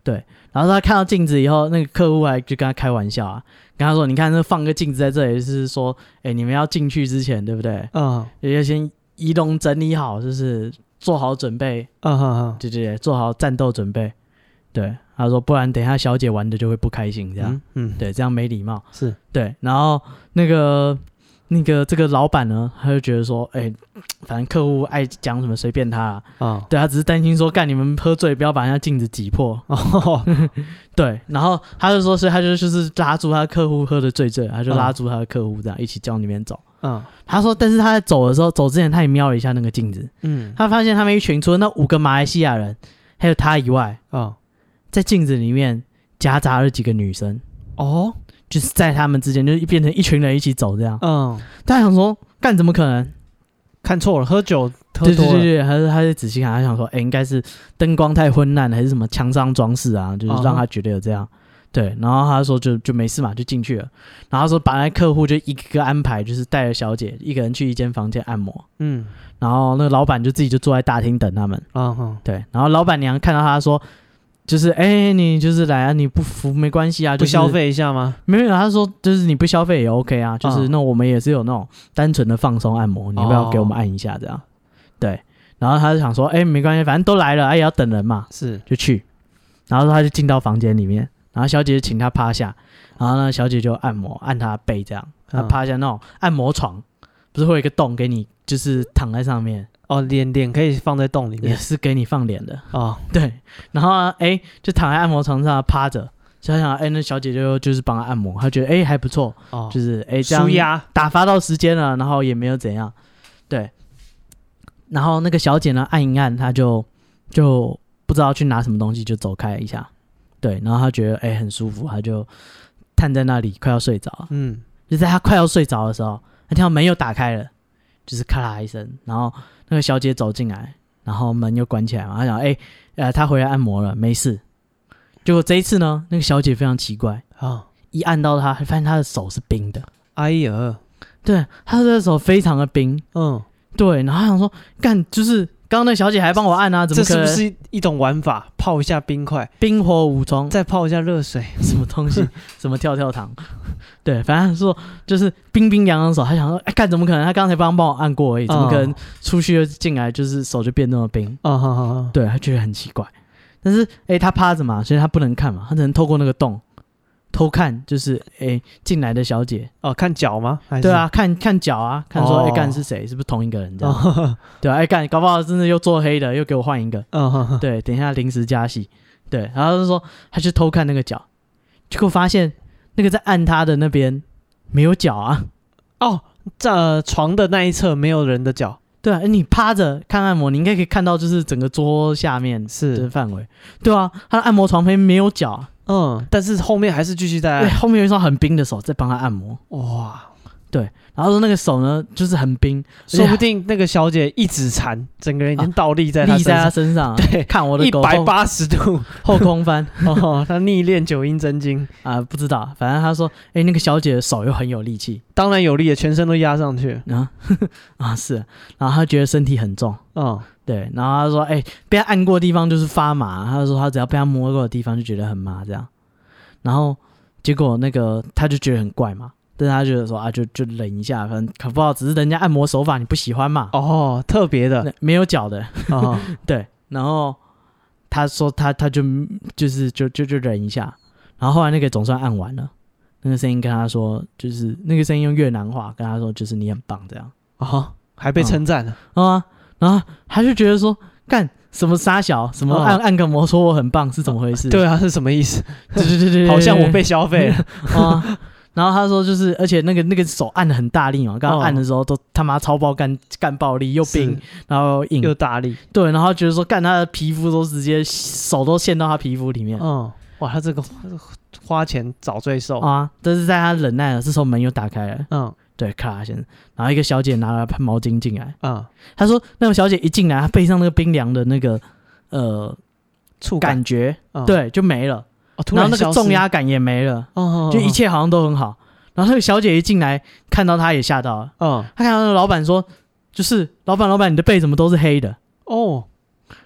Speaker 2: 对，然后他看到镜子以后，那个客户还就跟他开玩笑啊，跟他说：“你看，这放个镜子在这里，就是说，哎，你们要进去之前，对不对？
Speaker 1: 嗯
Speaker 2: 也要先仪容整理好，就是做好准备，
Speaker 1: 嗯哼哼，
Speaker 2: 对对对，做好战斗准备。”对，他说：“不然等一下小姐玩的就会不开心，这样、
Speaker 1: 嗯嗯，
Speaker 2: 对，这样没礼貌。
Speaker 1: 是”
Speaker 2: 对，然后那个那个这个老板呢，他就觉得说：“哎，反正客户爱讲什么随便他啊、
Speaker 1: 啊，
Speaker 2: 对他只是担心说，干你们喝醉，不要把人家镜子挤破。
Speaker 1: 哦，
Speaker 2: 对，然后他就说，所以他就就是拉住他客户喝的醉醉，他就拉住他的客户这样、一起叫里面走。
Speaker 1: 嗯
Speaker 2: 他说，但是他在走的时候，走之前他也瞄了一下那个镜子，
Speaker 1: 嗯，
Speaker 2: 他发现他们一群除了那五个马来西亚人还有他以外，
Speaker 1: 啊，
Speaker 2: 在镜子里面夹杂了几个女生，
Speaker 1: 哦，
Speaker 2: 就是在他们之间就是变成一群人一起走这样。
Speaker 1: 嗯，
Speaker 2: 他想说，干怎么可能？
Speaker 1: 看错了，喝酒喝
Speaker 2: 对对
Speaker 1: 多
Speaker 2: 对
Speaker 1: 了，
Speaker 2: 对，他就他就仔细看，他想说，哎、应该是灯光太昏暗了，还是什么墙上装饰啊，就是让他觉得有这样。对，然后他说就就没事嘛，就进去了。然后他说把那客户就一个个安排，就是带着小姐一个人去一间房间按摩，
Speaker 1: 嗯，
Speaker 2: 然后那个老板就自己就坐在大厅等他们。
Speaker 1: 啊哈，
Speaker 2: 对，然后老板娘看到他说，就是哎、你就是来啊，你不服没关系啊，
Speaker 1: 不
Speaker 2: 就是
Speaker 1: 消费一下吗？
Speaker 2: 没有，他说就是你不消费也 OK 啊，就是
Speaker 1: 嗯
Speaker 2: 那我们也是有那种单纯的放松按摩，你要不要给我们按一下这样？对，然后他就想说，哎、没关系，反正都来了，哎、也要等人嘛，
Speaker 1: 是，
Speaker 2: 就去。然后他就进到房间里面，然后小姐就请他趴下，然后呢，小姐就按摩按他的背这样，他
Speaker 1: 嗯
Speaker 2: 趴下那种按摩床，不是会有一个洞给你，就是躺在上面，
Speaker 1: 哦，脸脸可以放在洞里
Speaker 2: 也
Speaker 1: 面，
Speaker 2: 是给你放脸的。 [laughs]
Speaker 1: 哦，
Speaker 2: 对，然后啊，哎，就躺在按摩床上趴着，想想，哎，那小姐就就是帮他按摩，他觉得哎还不错，
Speaker 1: 哦，
Speaker 2: 就是哎这样
Speaker 1: 舒压，
Speaker 2: 打发到时间了，然后也没有怎样，对。然后那个小姐呢，按一按，她就就不知道去拿什么东西，就走开一下，对。然后她觉得哎、很舒服，她就瘫在那里，快要睡着了。
Speaker 1: 嗯，
Speaker 2: 就在她快要睡着的时候，她听到门又打开了，就是咔啦一声，然后那个小姐走进来，然后门又关起来嘛。她想哎、呃，她回来按摩了，没事。结果这一次呢，那个小姐非常奇怪，
Speaker 1: 啊，
Speaker 2: 一按到她，发现她的手是冰的。
Speaker 1: 哎呀，
Speaker 2: 对，他的手非常的冰，
Speaker 1: 嗯，
Speaker 2: 对，然后他想说，干，就是刚刚那小姐还帮我按啊，怎
Speaker 1: 这
Speaker 2: 么可
Speaker 1: 是
Speaker 2: 能
Speaker 1: 不是一种玩法？泡一下冰块，
Speaker 2: 冰火五重？ [laughs]
Speaker 1: 再泡一下热水，
Speaker 2: 什么东西？ [laughs] 什么跳跳糖？ [laughs] 对，反正说就是冰冰凉凉的手，他想说，哎，干，怎么可能？他刚才帮帮我按过而已，怎么可能
Speaker 1: 哦？
Speaker 2: 出去又进来就是手就变那么冰？
Speaker 1: 啊哈哈，
Speaker 2: 对，他觉得很奇怪。但是，哎，他趴着嘛，所以他不能看嘛，他只能透过那个洞偷看，就是哎进来的小姐，
Speaker 1: 哦，看脚吗？还是
Speaker 2: 对，啊，看看脚啊，看说，哎，
Speaker 1: 哦
Speaker 2: 干是谁？是不是同一个人？这
Speaker 1: 哦
Speaker 2: 样。
Speaker 1: 呵呵，
Speaker 2: 对啊，哎干，搞不好真的又做黑的，又给我换一个。
Speaker 1: 嗯哈哈，
Speaker 2: 对，等一下临时加戏。对，然后他就说他去偷看那个脚，结果发现那个在按他的那边没有脚啊。
Speaker 1: 哦，在呃床的那一侧没有人的脚，
Speaker 2: 对啊，哎你趴着看按摩，你应该可以看到就是整个桌下面的
Speaker 1: 是，
Speaker 2: 范围。对啊，他的按摩床旁边没有脚啊，
Speaker 1: 嗯，但是后面还是继续在
Speaker 2: 对，
Speaker 1: 按，
Speaker 2: 后面有一双很冰的手在帮他按摩。
Speaker 1: 哇，
Speaker 2: 然后说那个手呢就是很冰，
Speaker 1: 说不定那个小姐一指禅，整个人已经倒立在她
Speaker 2: 立
Speaker 1: 身
Speaker 2: 在他
Speaker 1: 上，
Speaker 2: 身上啊，
Speaker 1: 对
Speaker 2: 看我的
Speaker 1: 一
Speaker 2: 狗
Speaker 1: 百
Speaker 2: 后
Speaker 1: 八十
Speaker 2: [laughs]
Speaker 1: 度，
Speaker 2: 后空翻
Speaker 1: 哦，她逆练九阴真经，
Speaker 2: 啊，不知道，反正他说，哎，那个小姐的手又很有力气
Speaker 1: 当然有力的，全身都压上去，
Speaker 2: 啊 [laughs] 啊是，然后他觉得身体很重。
Speaker 1: 嗯，
Speaker 2: 对，然后他说，哎、被他按过的地方就是发麻，他就说他只要被他摸过的地方就觉得很麻这样，然后结果那个他就觉得很怪嘛，但是他觉得说啊，就就忍一下，反正可不好，只是人家按摩手法你不喜欢嘛，
Speaker 1: 哦，特别的，
Speaker 2: 那没有脚的，
Speaker 1: 哦，
Speaker 2: [laughs] 对，然后他说他他就就是就就就忍一下，然后后来那个总算按完了，那个声音跟他说，就是那个声音用越南话跟他说，就是你很棒这样。
Speaker 1: 哦，还被称赞了，
Speaker 2: 啊，然后他就觉得说，干什么傻小，什么
Speaker 1: 啊
Speaker 2: 按、按个摩说我很棒是怎么回事？
Speaker 1: [laughs] 对啊，是什么意思？
Speaker 2: 对对嗯对
Speaker 1: [laughs]
Speaker 2: 对，
Speaker 1: 好像我被消费了，
Speaker 2: 啊。然后他说就是，而且那个那个手按的很大力嘛，刚刚
Speaker 1: 哦
Speaker 2: 按的时候都他妈超爆干干暴力， [laughs] 又冰
Speaker 1: 是
Speaker 2: 然后硬，
Speaker 1: 又大力，
Speaker 2: 对，然后他觉得说干他的皮肤都直接手都陷到他皮肤里面、
Speaker 1: 嗯，哇，他这个花钱找罪受，
Speaker 2: 啊。但是在他忍耐了，这时候门又打开了，
Speaker 1: 嗯
Speaker 2: 对，咔先生，然后一个小姐拿了毛巾进来，
Speaker 1: 嗯，
Speaker 2: 她说那个小姐一进来，她背上那个冰凉的那个呃
Speaker 1: 触感
Speaker 2: 感觉，
Speaker 1: 嗯
Speaker 2: 对，就没了。
Speaker 1: 哦，突
Speaker 2: 然后那
Speaker 1: 消
Speaker 2: 个
Speaker 1: 失
Speaker 2: 重，压感也没了，
Speaker 1: 哦，
Speaker 2: 就一，切好像都很好。然后那个小姐一进来，看到她也吓到了，
Speaker 1: 嗯，
Speaker 2: 她看到那个老板说：“就是老板，老板，你的背怎么都是黑的
Speaker 1: 哦，？”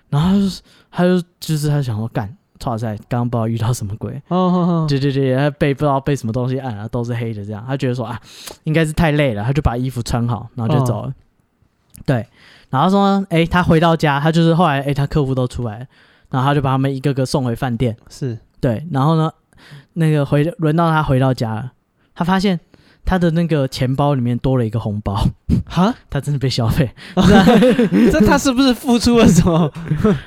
Speaker 2: 然后她就她就就是她想说干，哇塞，刚刚不知道遇到什么鬼，
Speaker 1: 哦哦，
Speaker 2: 对对对，她背不知道被什么东西按了，都是黑的这样。她觉得说啊，应该是太累了，她就把衣服穿好，然后就走了。
Speaker 1: 嗯
Speaker 2: 对，然后说，哎，她回到家，她就是后来，哎，她客户都出来了，然后她就把他们一个个送回饭店。
Speaker 1: 是，
Speaker 2: 对，然后呢，那个回轮到他回到家了，他发现他的那个钱包里面多了一个红包， [laughs]
Speaker 1: 哈，
Speaker 2: 他真的被消费。
Speaker 1: 这他是不是付出了什
Speaker 2: [laughs]
Speaker 1: 么？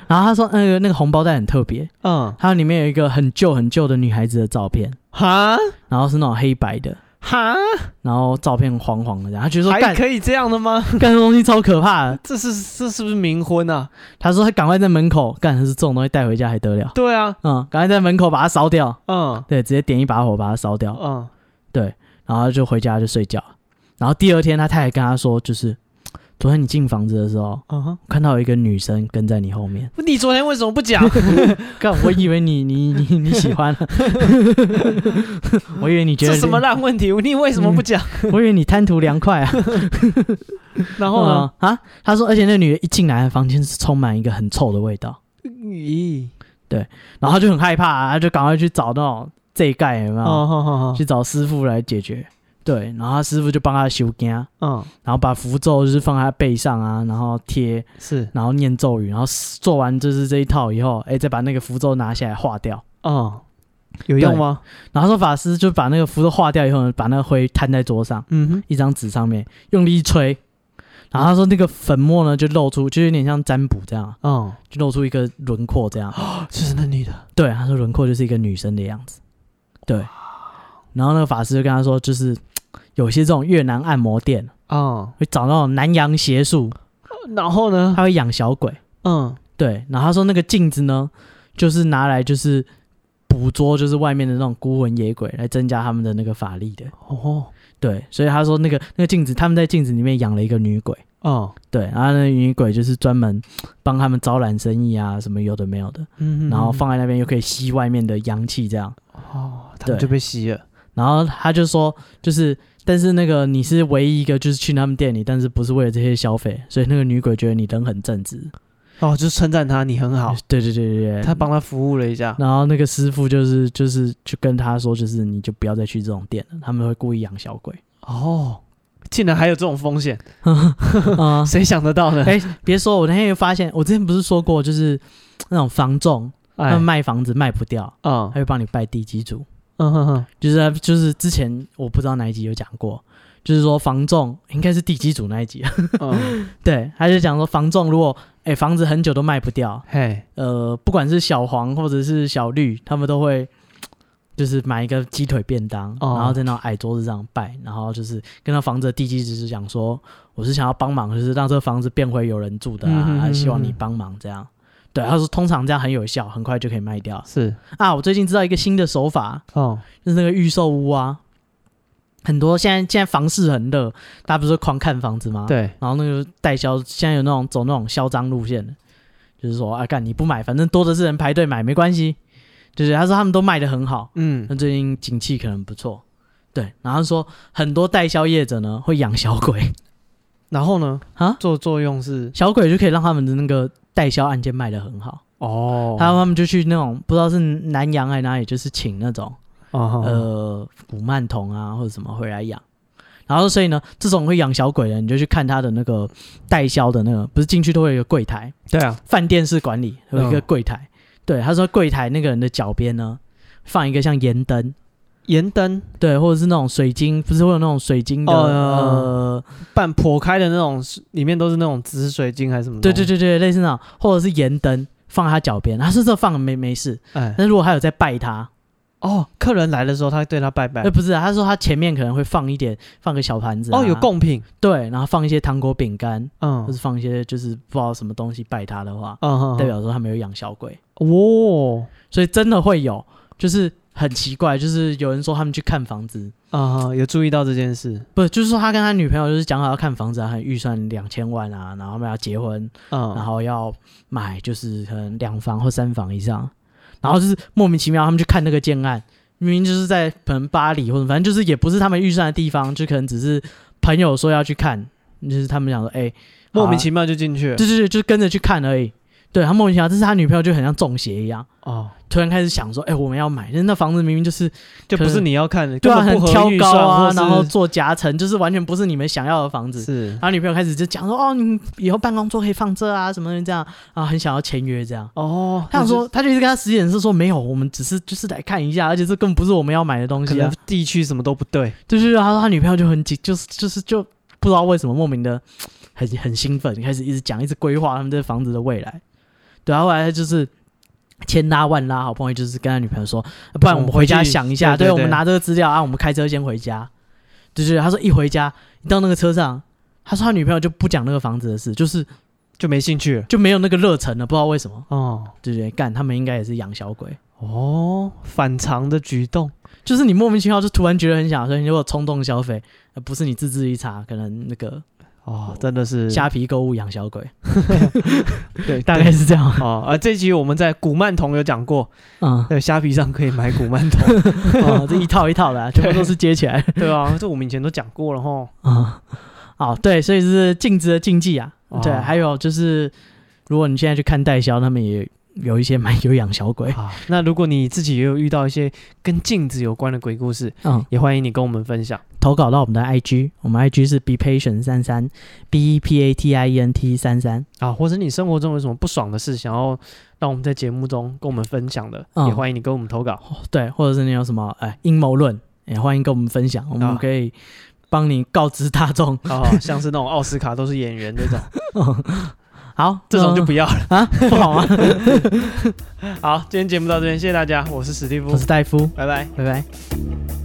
Speaker 2: 然后他说，那个那个红包袋很特别，
Speaker 1: 嗯，
Speaker 2: 它里面有一个很旧很旧的女孩子的照片，
Speaker 1: 哈
Speaker 2: 然后是那种黑白的，
Speaker 1: 哈，
Speaker 2: 然后照片黄黄的这样，他觉得说
Speaker 1: 还
Speaker 2: 干
Speaker 1: 可以这样的吗？
Speaker 2: 干这东西超可怕的。
Speaker 1: 这是这是不是冥婚啊？
Speaker 2: 他说他赶快在门口干，他是这种东西带回家还得了？
Speaker 1: 对啊，
Speaker 2: 嗯，赶快在门口把它烧掉，
Speaker 1: 嗯
Speaker 2: 对，直接点一把火把它烧掉。
Speaker 1: 嗯，
Speaker 2: 然后他就回家就睡觉。然后第二天，他太太跟他说，就是昨天你进房子的时候，
Speaker 1: 嗯哼，
Speaker 2: 我看到有一个女生跟在你后面。 [laughs]
Speaker 1: 你昨天为什么不讲？
Speaker 2: 干，我以为你你你你喜欢了， [laughs] 我以为你 [laughs] 觉
Speaker 1: 这
Speaker 2: 得嗯
Speaker 1: 什么烂问题？你为什么不讲？
Speaker 2: [laughs] 我以为你贪图凉快啊。
Speaker 1: [laughs] 然后呢？
Speaker 2: 嗯啊，他说，而且那女的一进来，房间是充满一个很臭的味道，
Speaker 1: 咦，
Speaker 2: 然后他就很害怕、啊，他就赶快去找那种这一盖有没有？
Speaker 1: 哦好好好，
Speaker 2: 去找师傅来解决。对，然后他师傅就帮他修惊，然
Speaker 1: 嗯，
Speaker 2: 后把符咒就是放在他背上啊，然后贴
Speaker 1: 是，
Speaker 2: 然后念咒语，然后做完就是这一套以后，哎，再把那个符咒拿下来化掉。
Speaker 1: 嗯，有用吗？
Speaker 2: 然后说法师就把那个符咒化掉以后呢，把那个灰摊在桌上
Speaker 1: 嗯哼，
Speaker 2: 一张纸上面，用力一吹，然后他说那个粉末呢就露出，就有点像占卜这样，
Speaker 1: 嗯，
Speaker 2: 就露出一个轮廓这样。
Speaker 1: 就是那女的，
Speaker 2: 对，他说轮廓就是一个女生的样子。对，然后那个法师就跟他说，就是嘖有些这种越南按摩店
Speaker 1: 嗯，
Speaker 2: 会找那种南洋邪术，
Speaker 1: 然后呢？
Speaker 2: 他会养小鬼。
Speaker 1: 嗯，
Speaker 2: 对，然后他说那个镜子呢，就是拿来就是捕捉就是外面的那种孤魂野鬼，来增加他们的那个法力的。
Speaker 1: 哦，
Speaker 2: 对，所以他说那个那个镜子，他们在镜子里面养了一个女鬼。
Speaker 1: 嗯
Speaker 2: 对，然后那个女鬼就是专门帮他们招揽生意啊，什么有的没有的，
Speaker 1: 嗯，
Speaker 2: 然后放在那边又可以吸外面的阳气这样。
Speaker 1: 哦，他
Speaker 2: 对
Speaker 1: 们就被吸了。
Speaker 2: 然后他就说，就是但是那个你是唯一一个就是去他们店里，但是不是为了这些消费，所以那个女鬼觉得你人很正直。
Speaker 1: 哦，就称赞他，你很好，
Speaker 2: 对对对对对，
Speaker 1: 他帮他服务了一下。
Speaker 2: 然后那个师傅就是就是就跟他说，就是你就不要再去这种店了，他们会故意养小
Speaker 1: [laughs]
Speaker 2: 鬼。
Speaker 1: 哦，竟然还有这种风险，
Speaker 2: 啊、
Speaker 1: 谁想得 [laughs] 到呢？
Speaker 2: 哎、别说，我那天又发现，我之前不是说过，就是那种房仲，他
Speaker 1: 哎
Speaker 2: 们卖房子卖不掉，
Speaker 1: 嗯
Speaker 2: 他会帮你拜地基主，
Speaker 1: 嗯哼哼，
Speaker 2: 就是他就是之前我不知道哪一集有讲过。就是说，房仲应该是地基主那一集，啊
Speaker 1: 嗯，
Speaker 2: [laughs] 对，他就讲说，房仲如果哎、房子很久都卖不掉，
Speaker 1: 嘿，
Speaker 2: 呃，不管是小黄或者是小绿，他们都会就是买一个鸡腿便当，
Speaker 1: 哦
Speaker 2: 然后在那种矮桌子上拜，然后就是跟那房子的地基只是讲说，我是想要帮忙，就是让这个房子变回有人住的啊，
Speaker 1: 嗯哼哼
Speaker 2: 啊希望你
Speaker 1: 哼
Speaker 2: 帮忙这样。对，他说通常这样很有效，很快就可以卖掉
Speaker 1: 是，
Speaker 2: 啊。我最近知道一个新的手法，
Speaker 1: 哦，
Speaker 2: 就是那个预售屋啊，很多现在现在房市很热，大家不是狂看房子吗？。
Speaker 1: 对，
Speaker 2: 然后那个代销现在有那种走那种嚣张路线的，就是说啊干你不买，反正多的是人排队买，没关系。就是他说他们都卖的很好，
Speaker 1: 嗯
Speaker 2: 那最近景气可能不错。对，然后说很多代销业者呢会养小鬼
Speaker 1: 然后呢？
Speaker 2: 啊，
Speaker 1: 做作用是
Speaker 2: 小鬼就可以让他们的那个代销案件卖的很好，
Speaker 1: 哦，
Speaker 2: 然后他们就去那种不知道是南洋还是哪里，就是请那种
Speaker 1: 哦
Speaker 2: 呃古曼童啊或者什么回来养。然后所以呢，这种会养小鬼的，你就去看他的那个代销的那个，不是进去都会有一个柜台，
Speaker 1: 对啊，
Speaker 2: 饭店式管理有一个
Speaker 1: 嗯
Speaker 2: 柜台。对，他说柜台那个人的脚边呢，放一个像盐灯，
Speaker 1: 盐灯
Speaker 2: 对，或者是那种水晶，不是会有那种水晶的，
Speaker 1: 哦
Speaker 2: 呃，
Speaker 1: 半破开的那种，里面都是那种紫水晶还是什么？
Speaker 2: 对对，对对，类似那种，或者是盐灯放在他脚边，他是这放没没事，
Speaker 1: 哎，
Speaker 2: 但如果他有在拜他，
Speaker 1: 哦，客人来的时候，他对他拜拜
Speaker 2: 呃，。不是啊，他说他前面可能会放一点，放个小盘子、
Speaker 1: 哎
Speaker 2: 啊
Speaker 1: 哦，有，贡品，
Speaker 2: 对，然后放一些糖果饼干，
Speaker 1: 嗯
Speaker 2: 或是放一些就是不知道什么东西拜他的话，
Speaker 1: 嗯，
Speaker 2: 代表说他没有养小鬼，
Speaker 1: 哦，
Speaker 2: 所以真的会有，就是很奇怪，就是有人说他们去看房子，
Speaker 1: 啊、有注意到这件事，
Speaker 2: 不就是说他跟他女朋友就是讲好要看房子啊，很预算两千万啊，然后他们要结婚，
Speaker 1: 嗯，
Speaker 2: 然后要买就是可能两房或三房以上，然后就是莫名其妙他们去看那个建案，明明就是在可能巴黎或者反正就是也不是他们预算的地方，就可能只是朋友说要去看，就是他们想说哎、
Speaker 1: 莫名
Speaker 2: 妙，
Speaker 1: 其妙就进去了，
Speaker 2: 对对对，就是跟着去看而已。对他莫名其妙，但是他女朋友就很像中邪一样，
Speaker 1: 哦，
Speaker 2: 突然开始想说，哎、我们要买，但是那房子明明就是
Speaker 1: 就不是你要看的，
Speaker 2: 对啊，
Speaker 1: 根
Speaker 2: 很
Speaker 1: 本不
Speaker 2: 挑
Speaker 1: 合预
Speaker 2: 高
Speaker 1: 算
Speaker 2: 啊，
Speaker 1: 或是
Speaker 2: 然后做夹层，就是完全不是你们想要的房子。
Speaker 1: 是
Speaker 2: 他女朋友开始就讲说，哦，你以后办公桌可以放这啊，什么的这样啊，很想要签约这样。
Speaker 1: 哦，
Speaker 2: 他想说，他就一直跟他实验是说，没有，我们只是就是来看一下，而且这根本不是我们要买的东
Speaker 1: 可
Speaker 2: 西
Speaker 1: 能
Speaker 2: 啊。
Speaker 1: 地区什么都不对，
Speaker 2: 就是他说他女朋友就很紧，就是就是就不知道为什么莫名的很很兴奋，开始一直讲，一直规划他们这房子的未来。对啊，后来他就是千拉万拉，好不容易就是跟他女朋友说，啊不然我们回家想一下，
Speaker 1: 对对
Speaker 2: 对
Speaker 1: 对
Speaker 2: 我们拿这个资料啊，我们开车先回家。对对，对他说一回家，一到那个车上，他说他女朋友就不讲那个房子的事，就是
Speaker 1: 就没兴趣了。
Speaker 2: 就没有那个热忱了，不知道为什么。
Speaker 1: 哦
Speaker 2: 对对，对干他们应该也是养小鬼。
Speaker 1: 哦，反常的举动，
Speaker 2: 就是你莫名其妙就突然觉得很想，所以你如果冲动消费，呃不是你自制力差，可能那个
Speaker 1: 哦，真的是
Speaker 2: 虾皮购物养小鬼，
Speaker 1: 对，
Speaker 2: [laughs] 大
Speaker 1: 大概。
Speaker 2: 概是这样。
Speaker 1: 哦，而这集我们在古曼童有讲
Speaker 2: [laughs]
Speaker 1: 过，
Speaker 2: 嗯，
Speaker 1: 对，虾皮上可以买古曼童，
Speaker 2: 哦这一套一套 [laughs] 的啊、全部都是接起来。
Speaker 1: [laughs] 对啊，这我们以前都讲过了哈。
Speaker 2: 啊、 [laughs] 哦，对，所以是禁止的禁忌啊。
Speaker 1: 哦
Speaker 2: 对，还有就是，如果你现在去看代销，他们也有一些蛮有养小鬼。 [laughs]
Speaker 1: 啊，那如果你自己也有遇到一些跟镜子有关的鬼故事，
Speaker 2: 嗯，
Speaker 1: 也欢迎你跟我们分享。
Speaker 2: 投稿到我们的 IG，我们 IG 是 be patient 三三 b e p a t i e n t 三三。
Speaker 1: 啊，或者你生活中有什么不爽的事，想要让我们在节目中跟我们分享的，
Speaker 2: 嗯
Speaker 1: 也欢迎你跟我们投稿。
Speaker 2: 对，或者是你有什么哎阴谋论，也欢迎跟我们分享，我
Speaker 1: 啊
Speaker 2: 们可以帮你告知大众。
Speaker 1: 啊，像是那种奥斯卡都是演员这种，
Speaker 2: 好，
Speaker 1: 这种就
Speaker 2: 不
Speaker 1: 不要 [laughs] 了。
Speaker 2: 啊不好吗？
Speaker 1: 好，今天节目到这边，谢谢大家，我是史蒂夫
Speaker 2: [laughs] 我，是戴夫，
Speaker 1: 拜拜。
Speaker 2: 拜拜。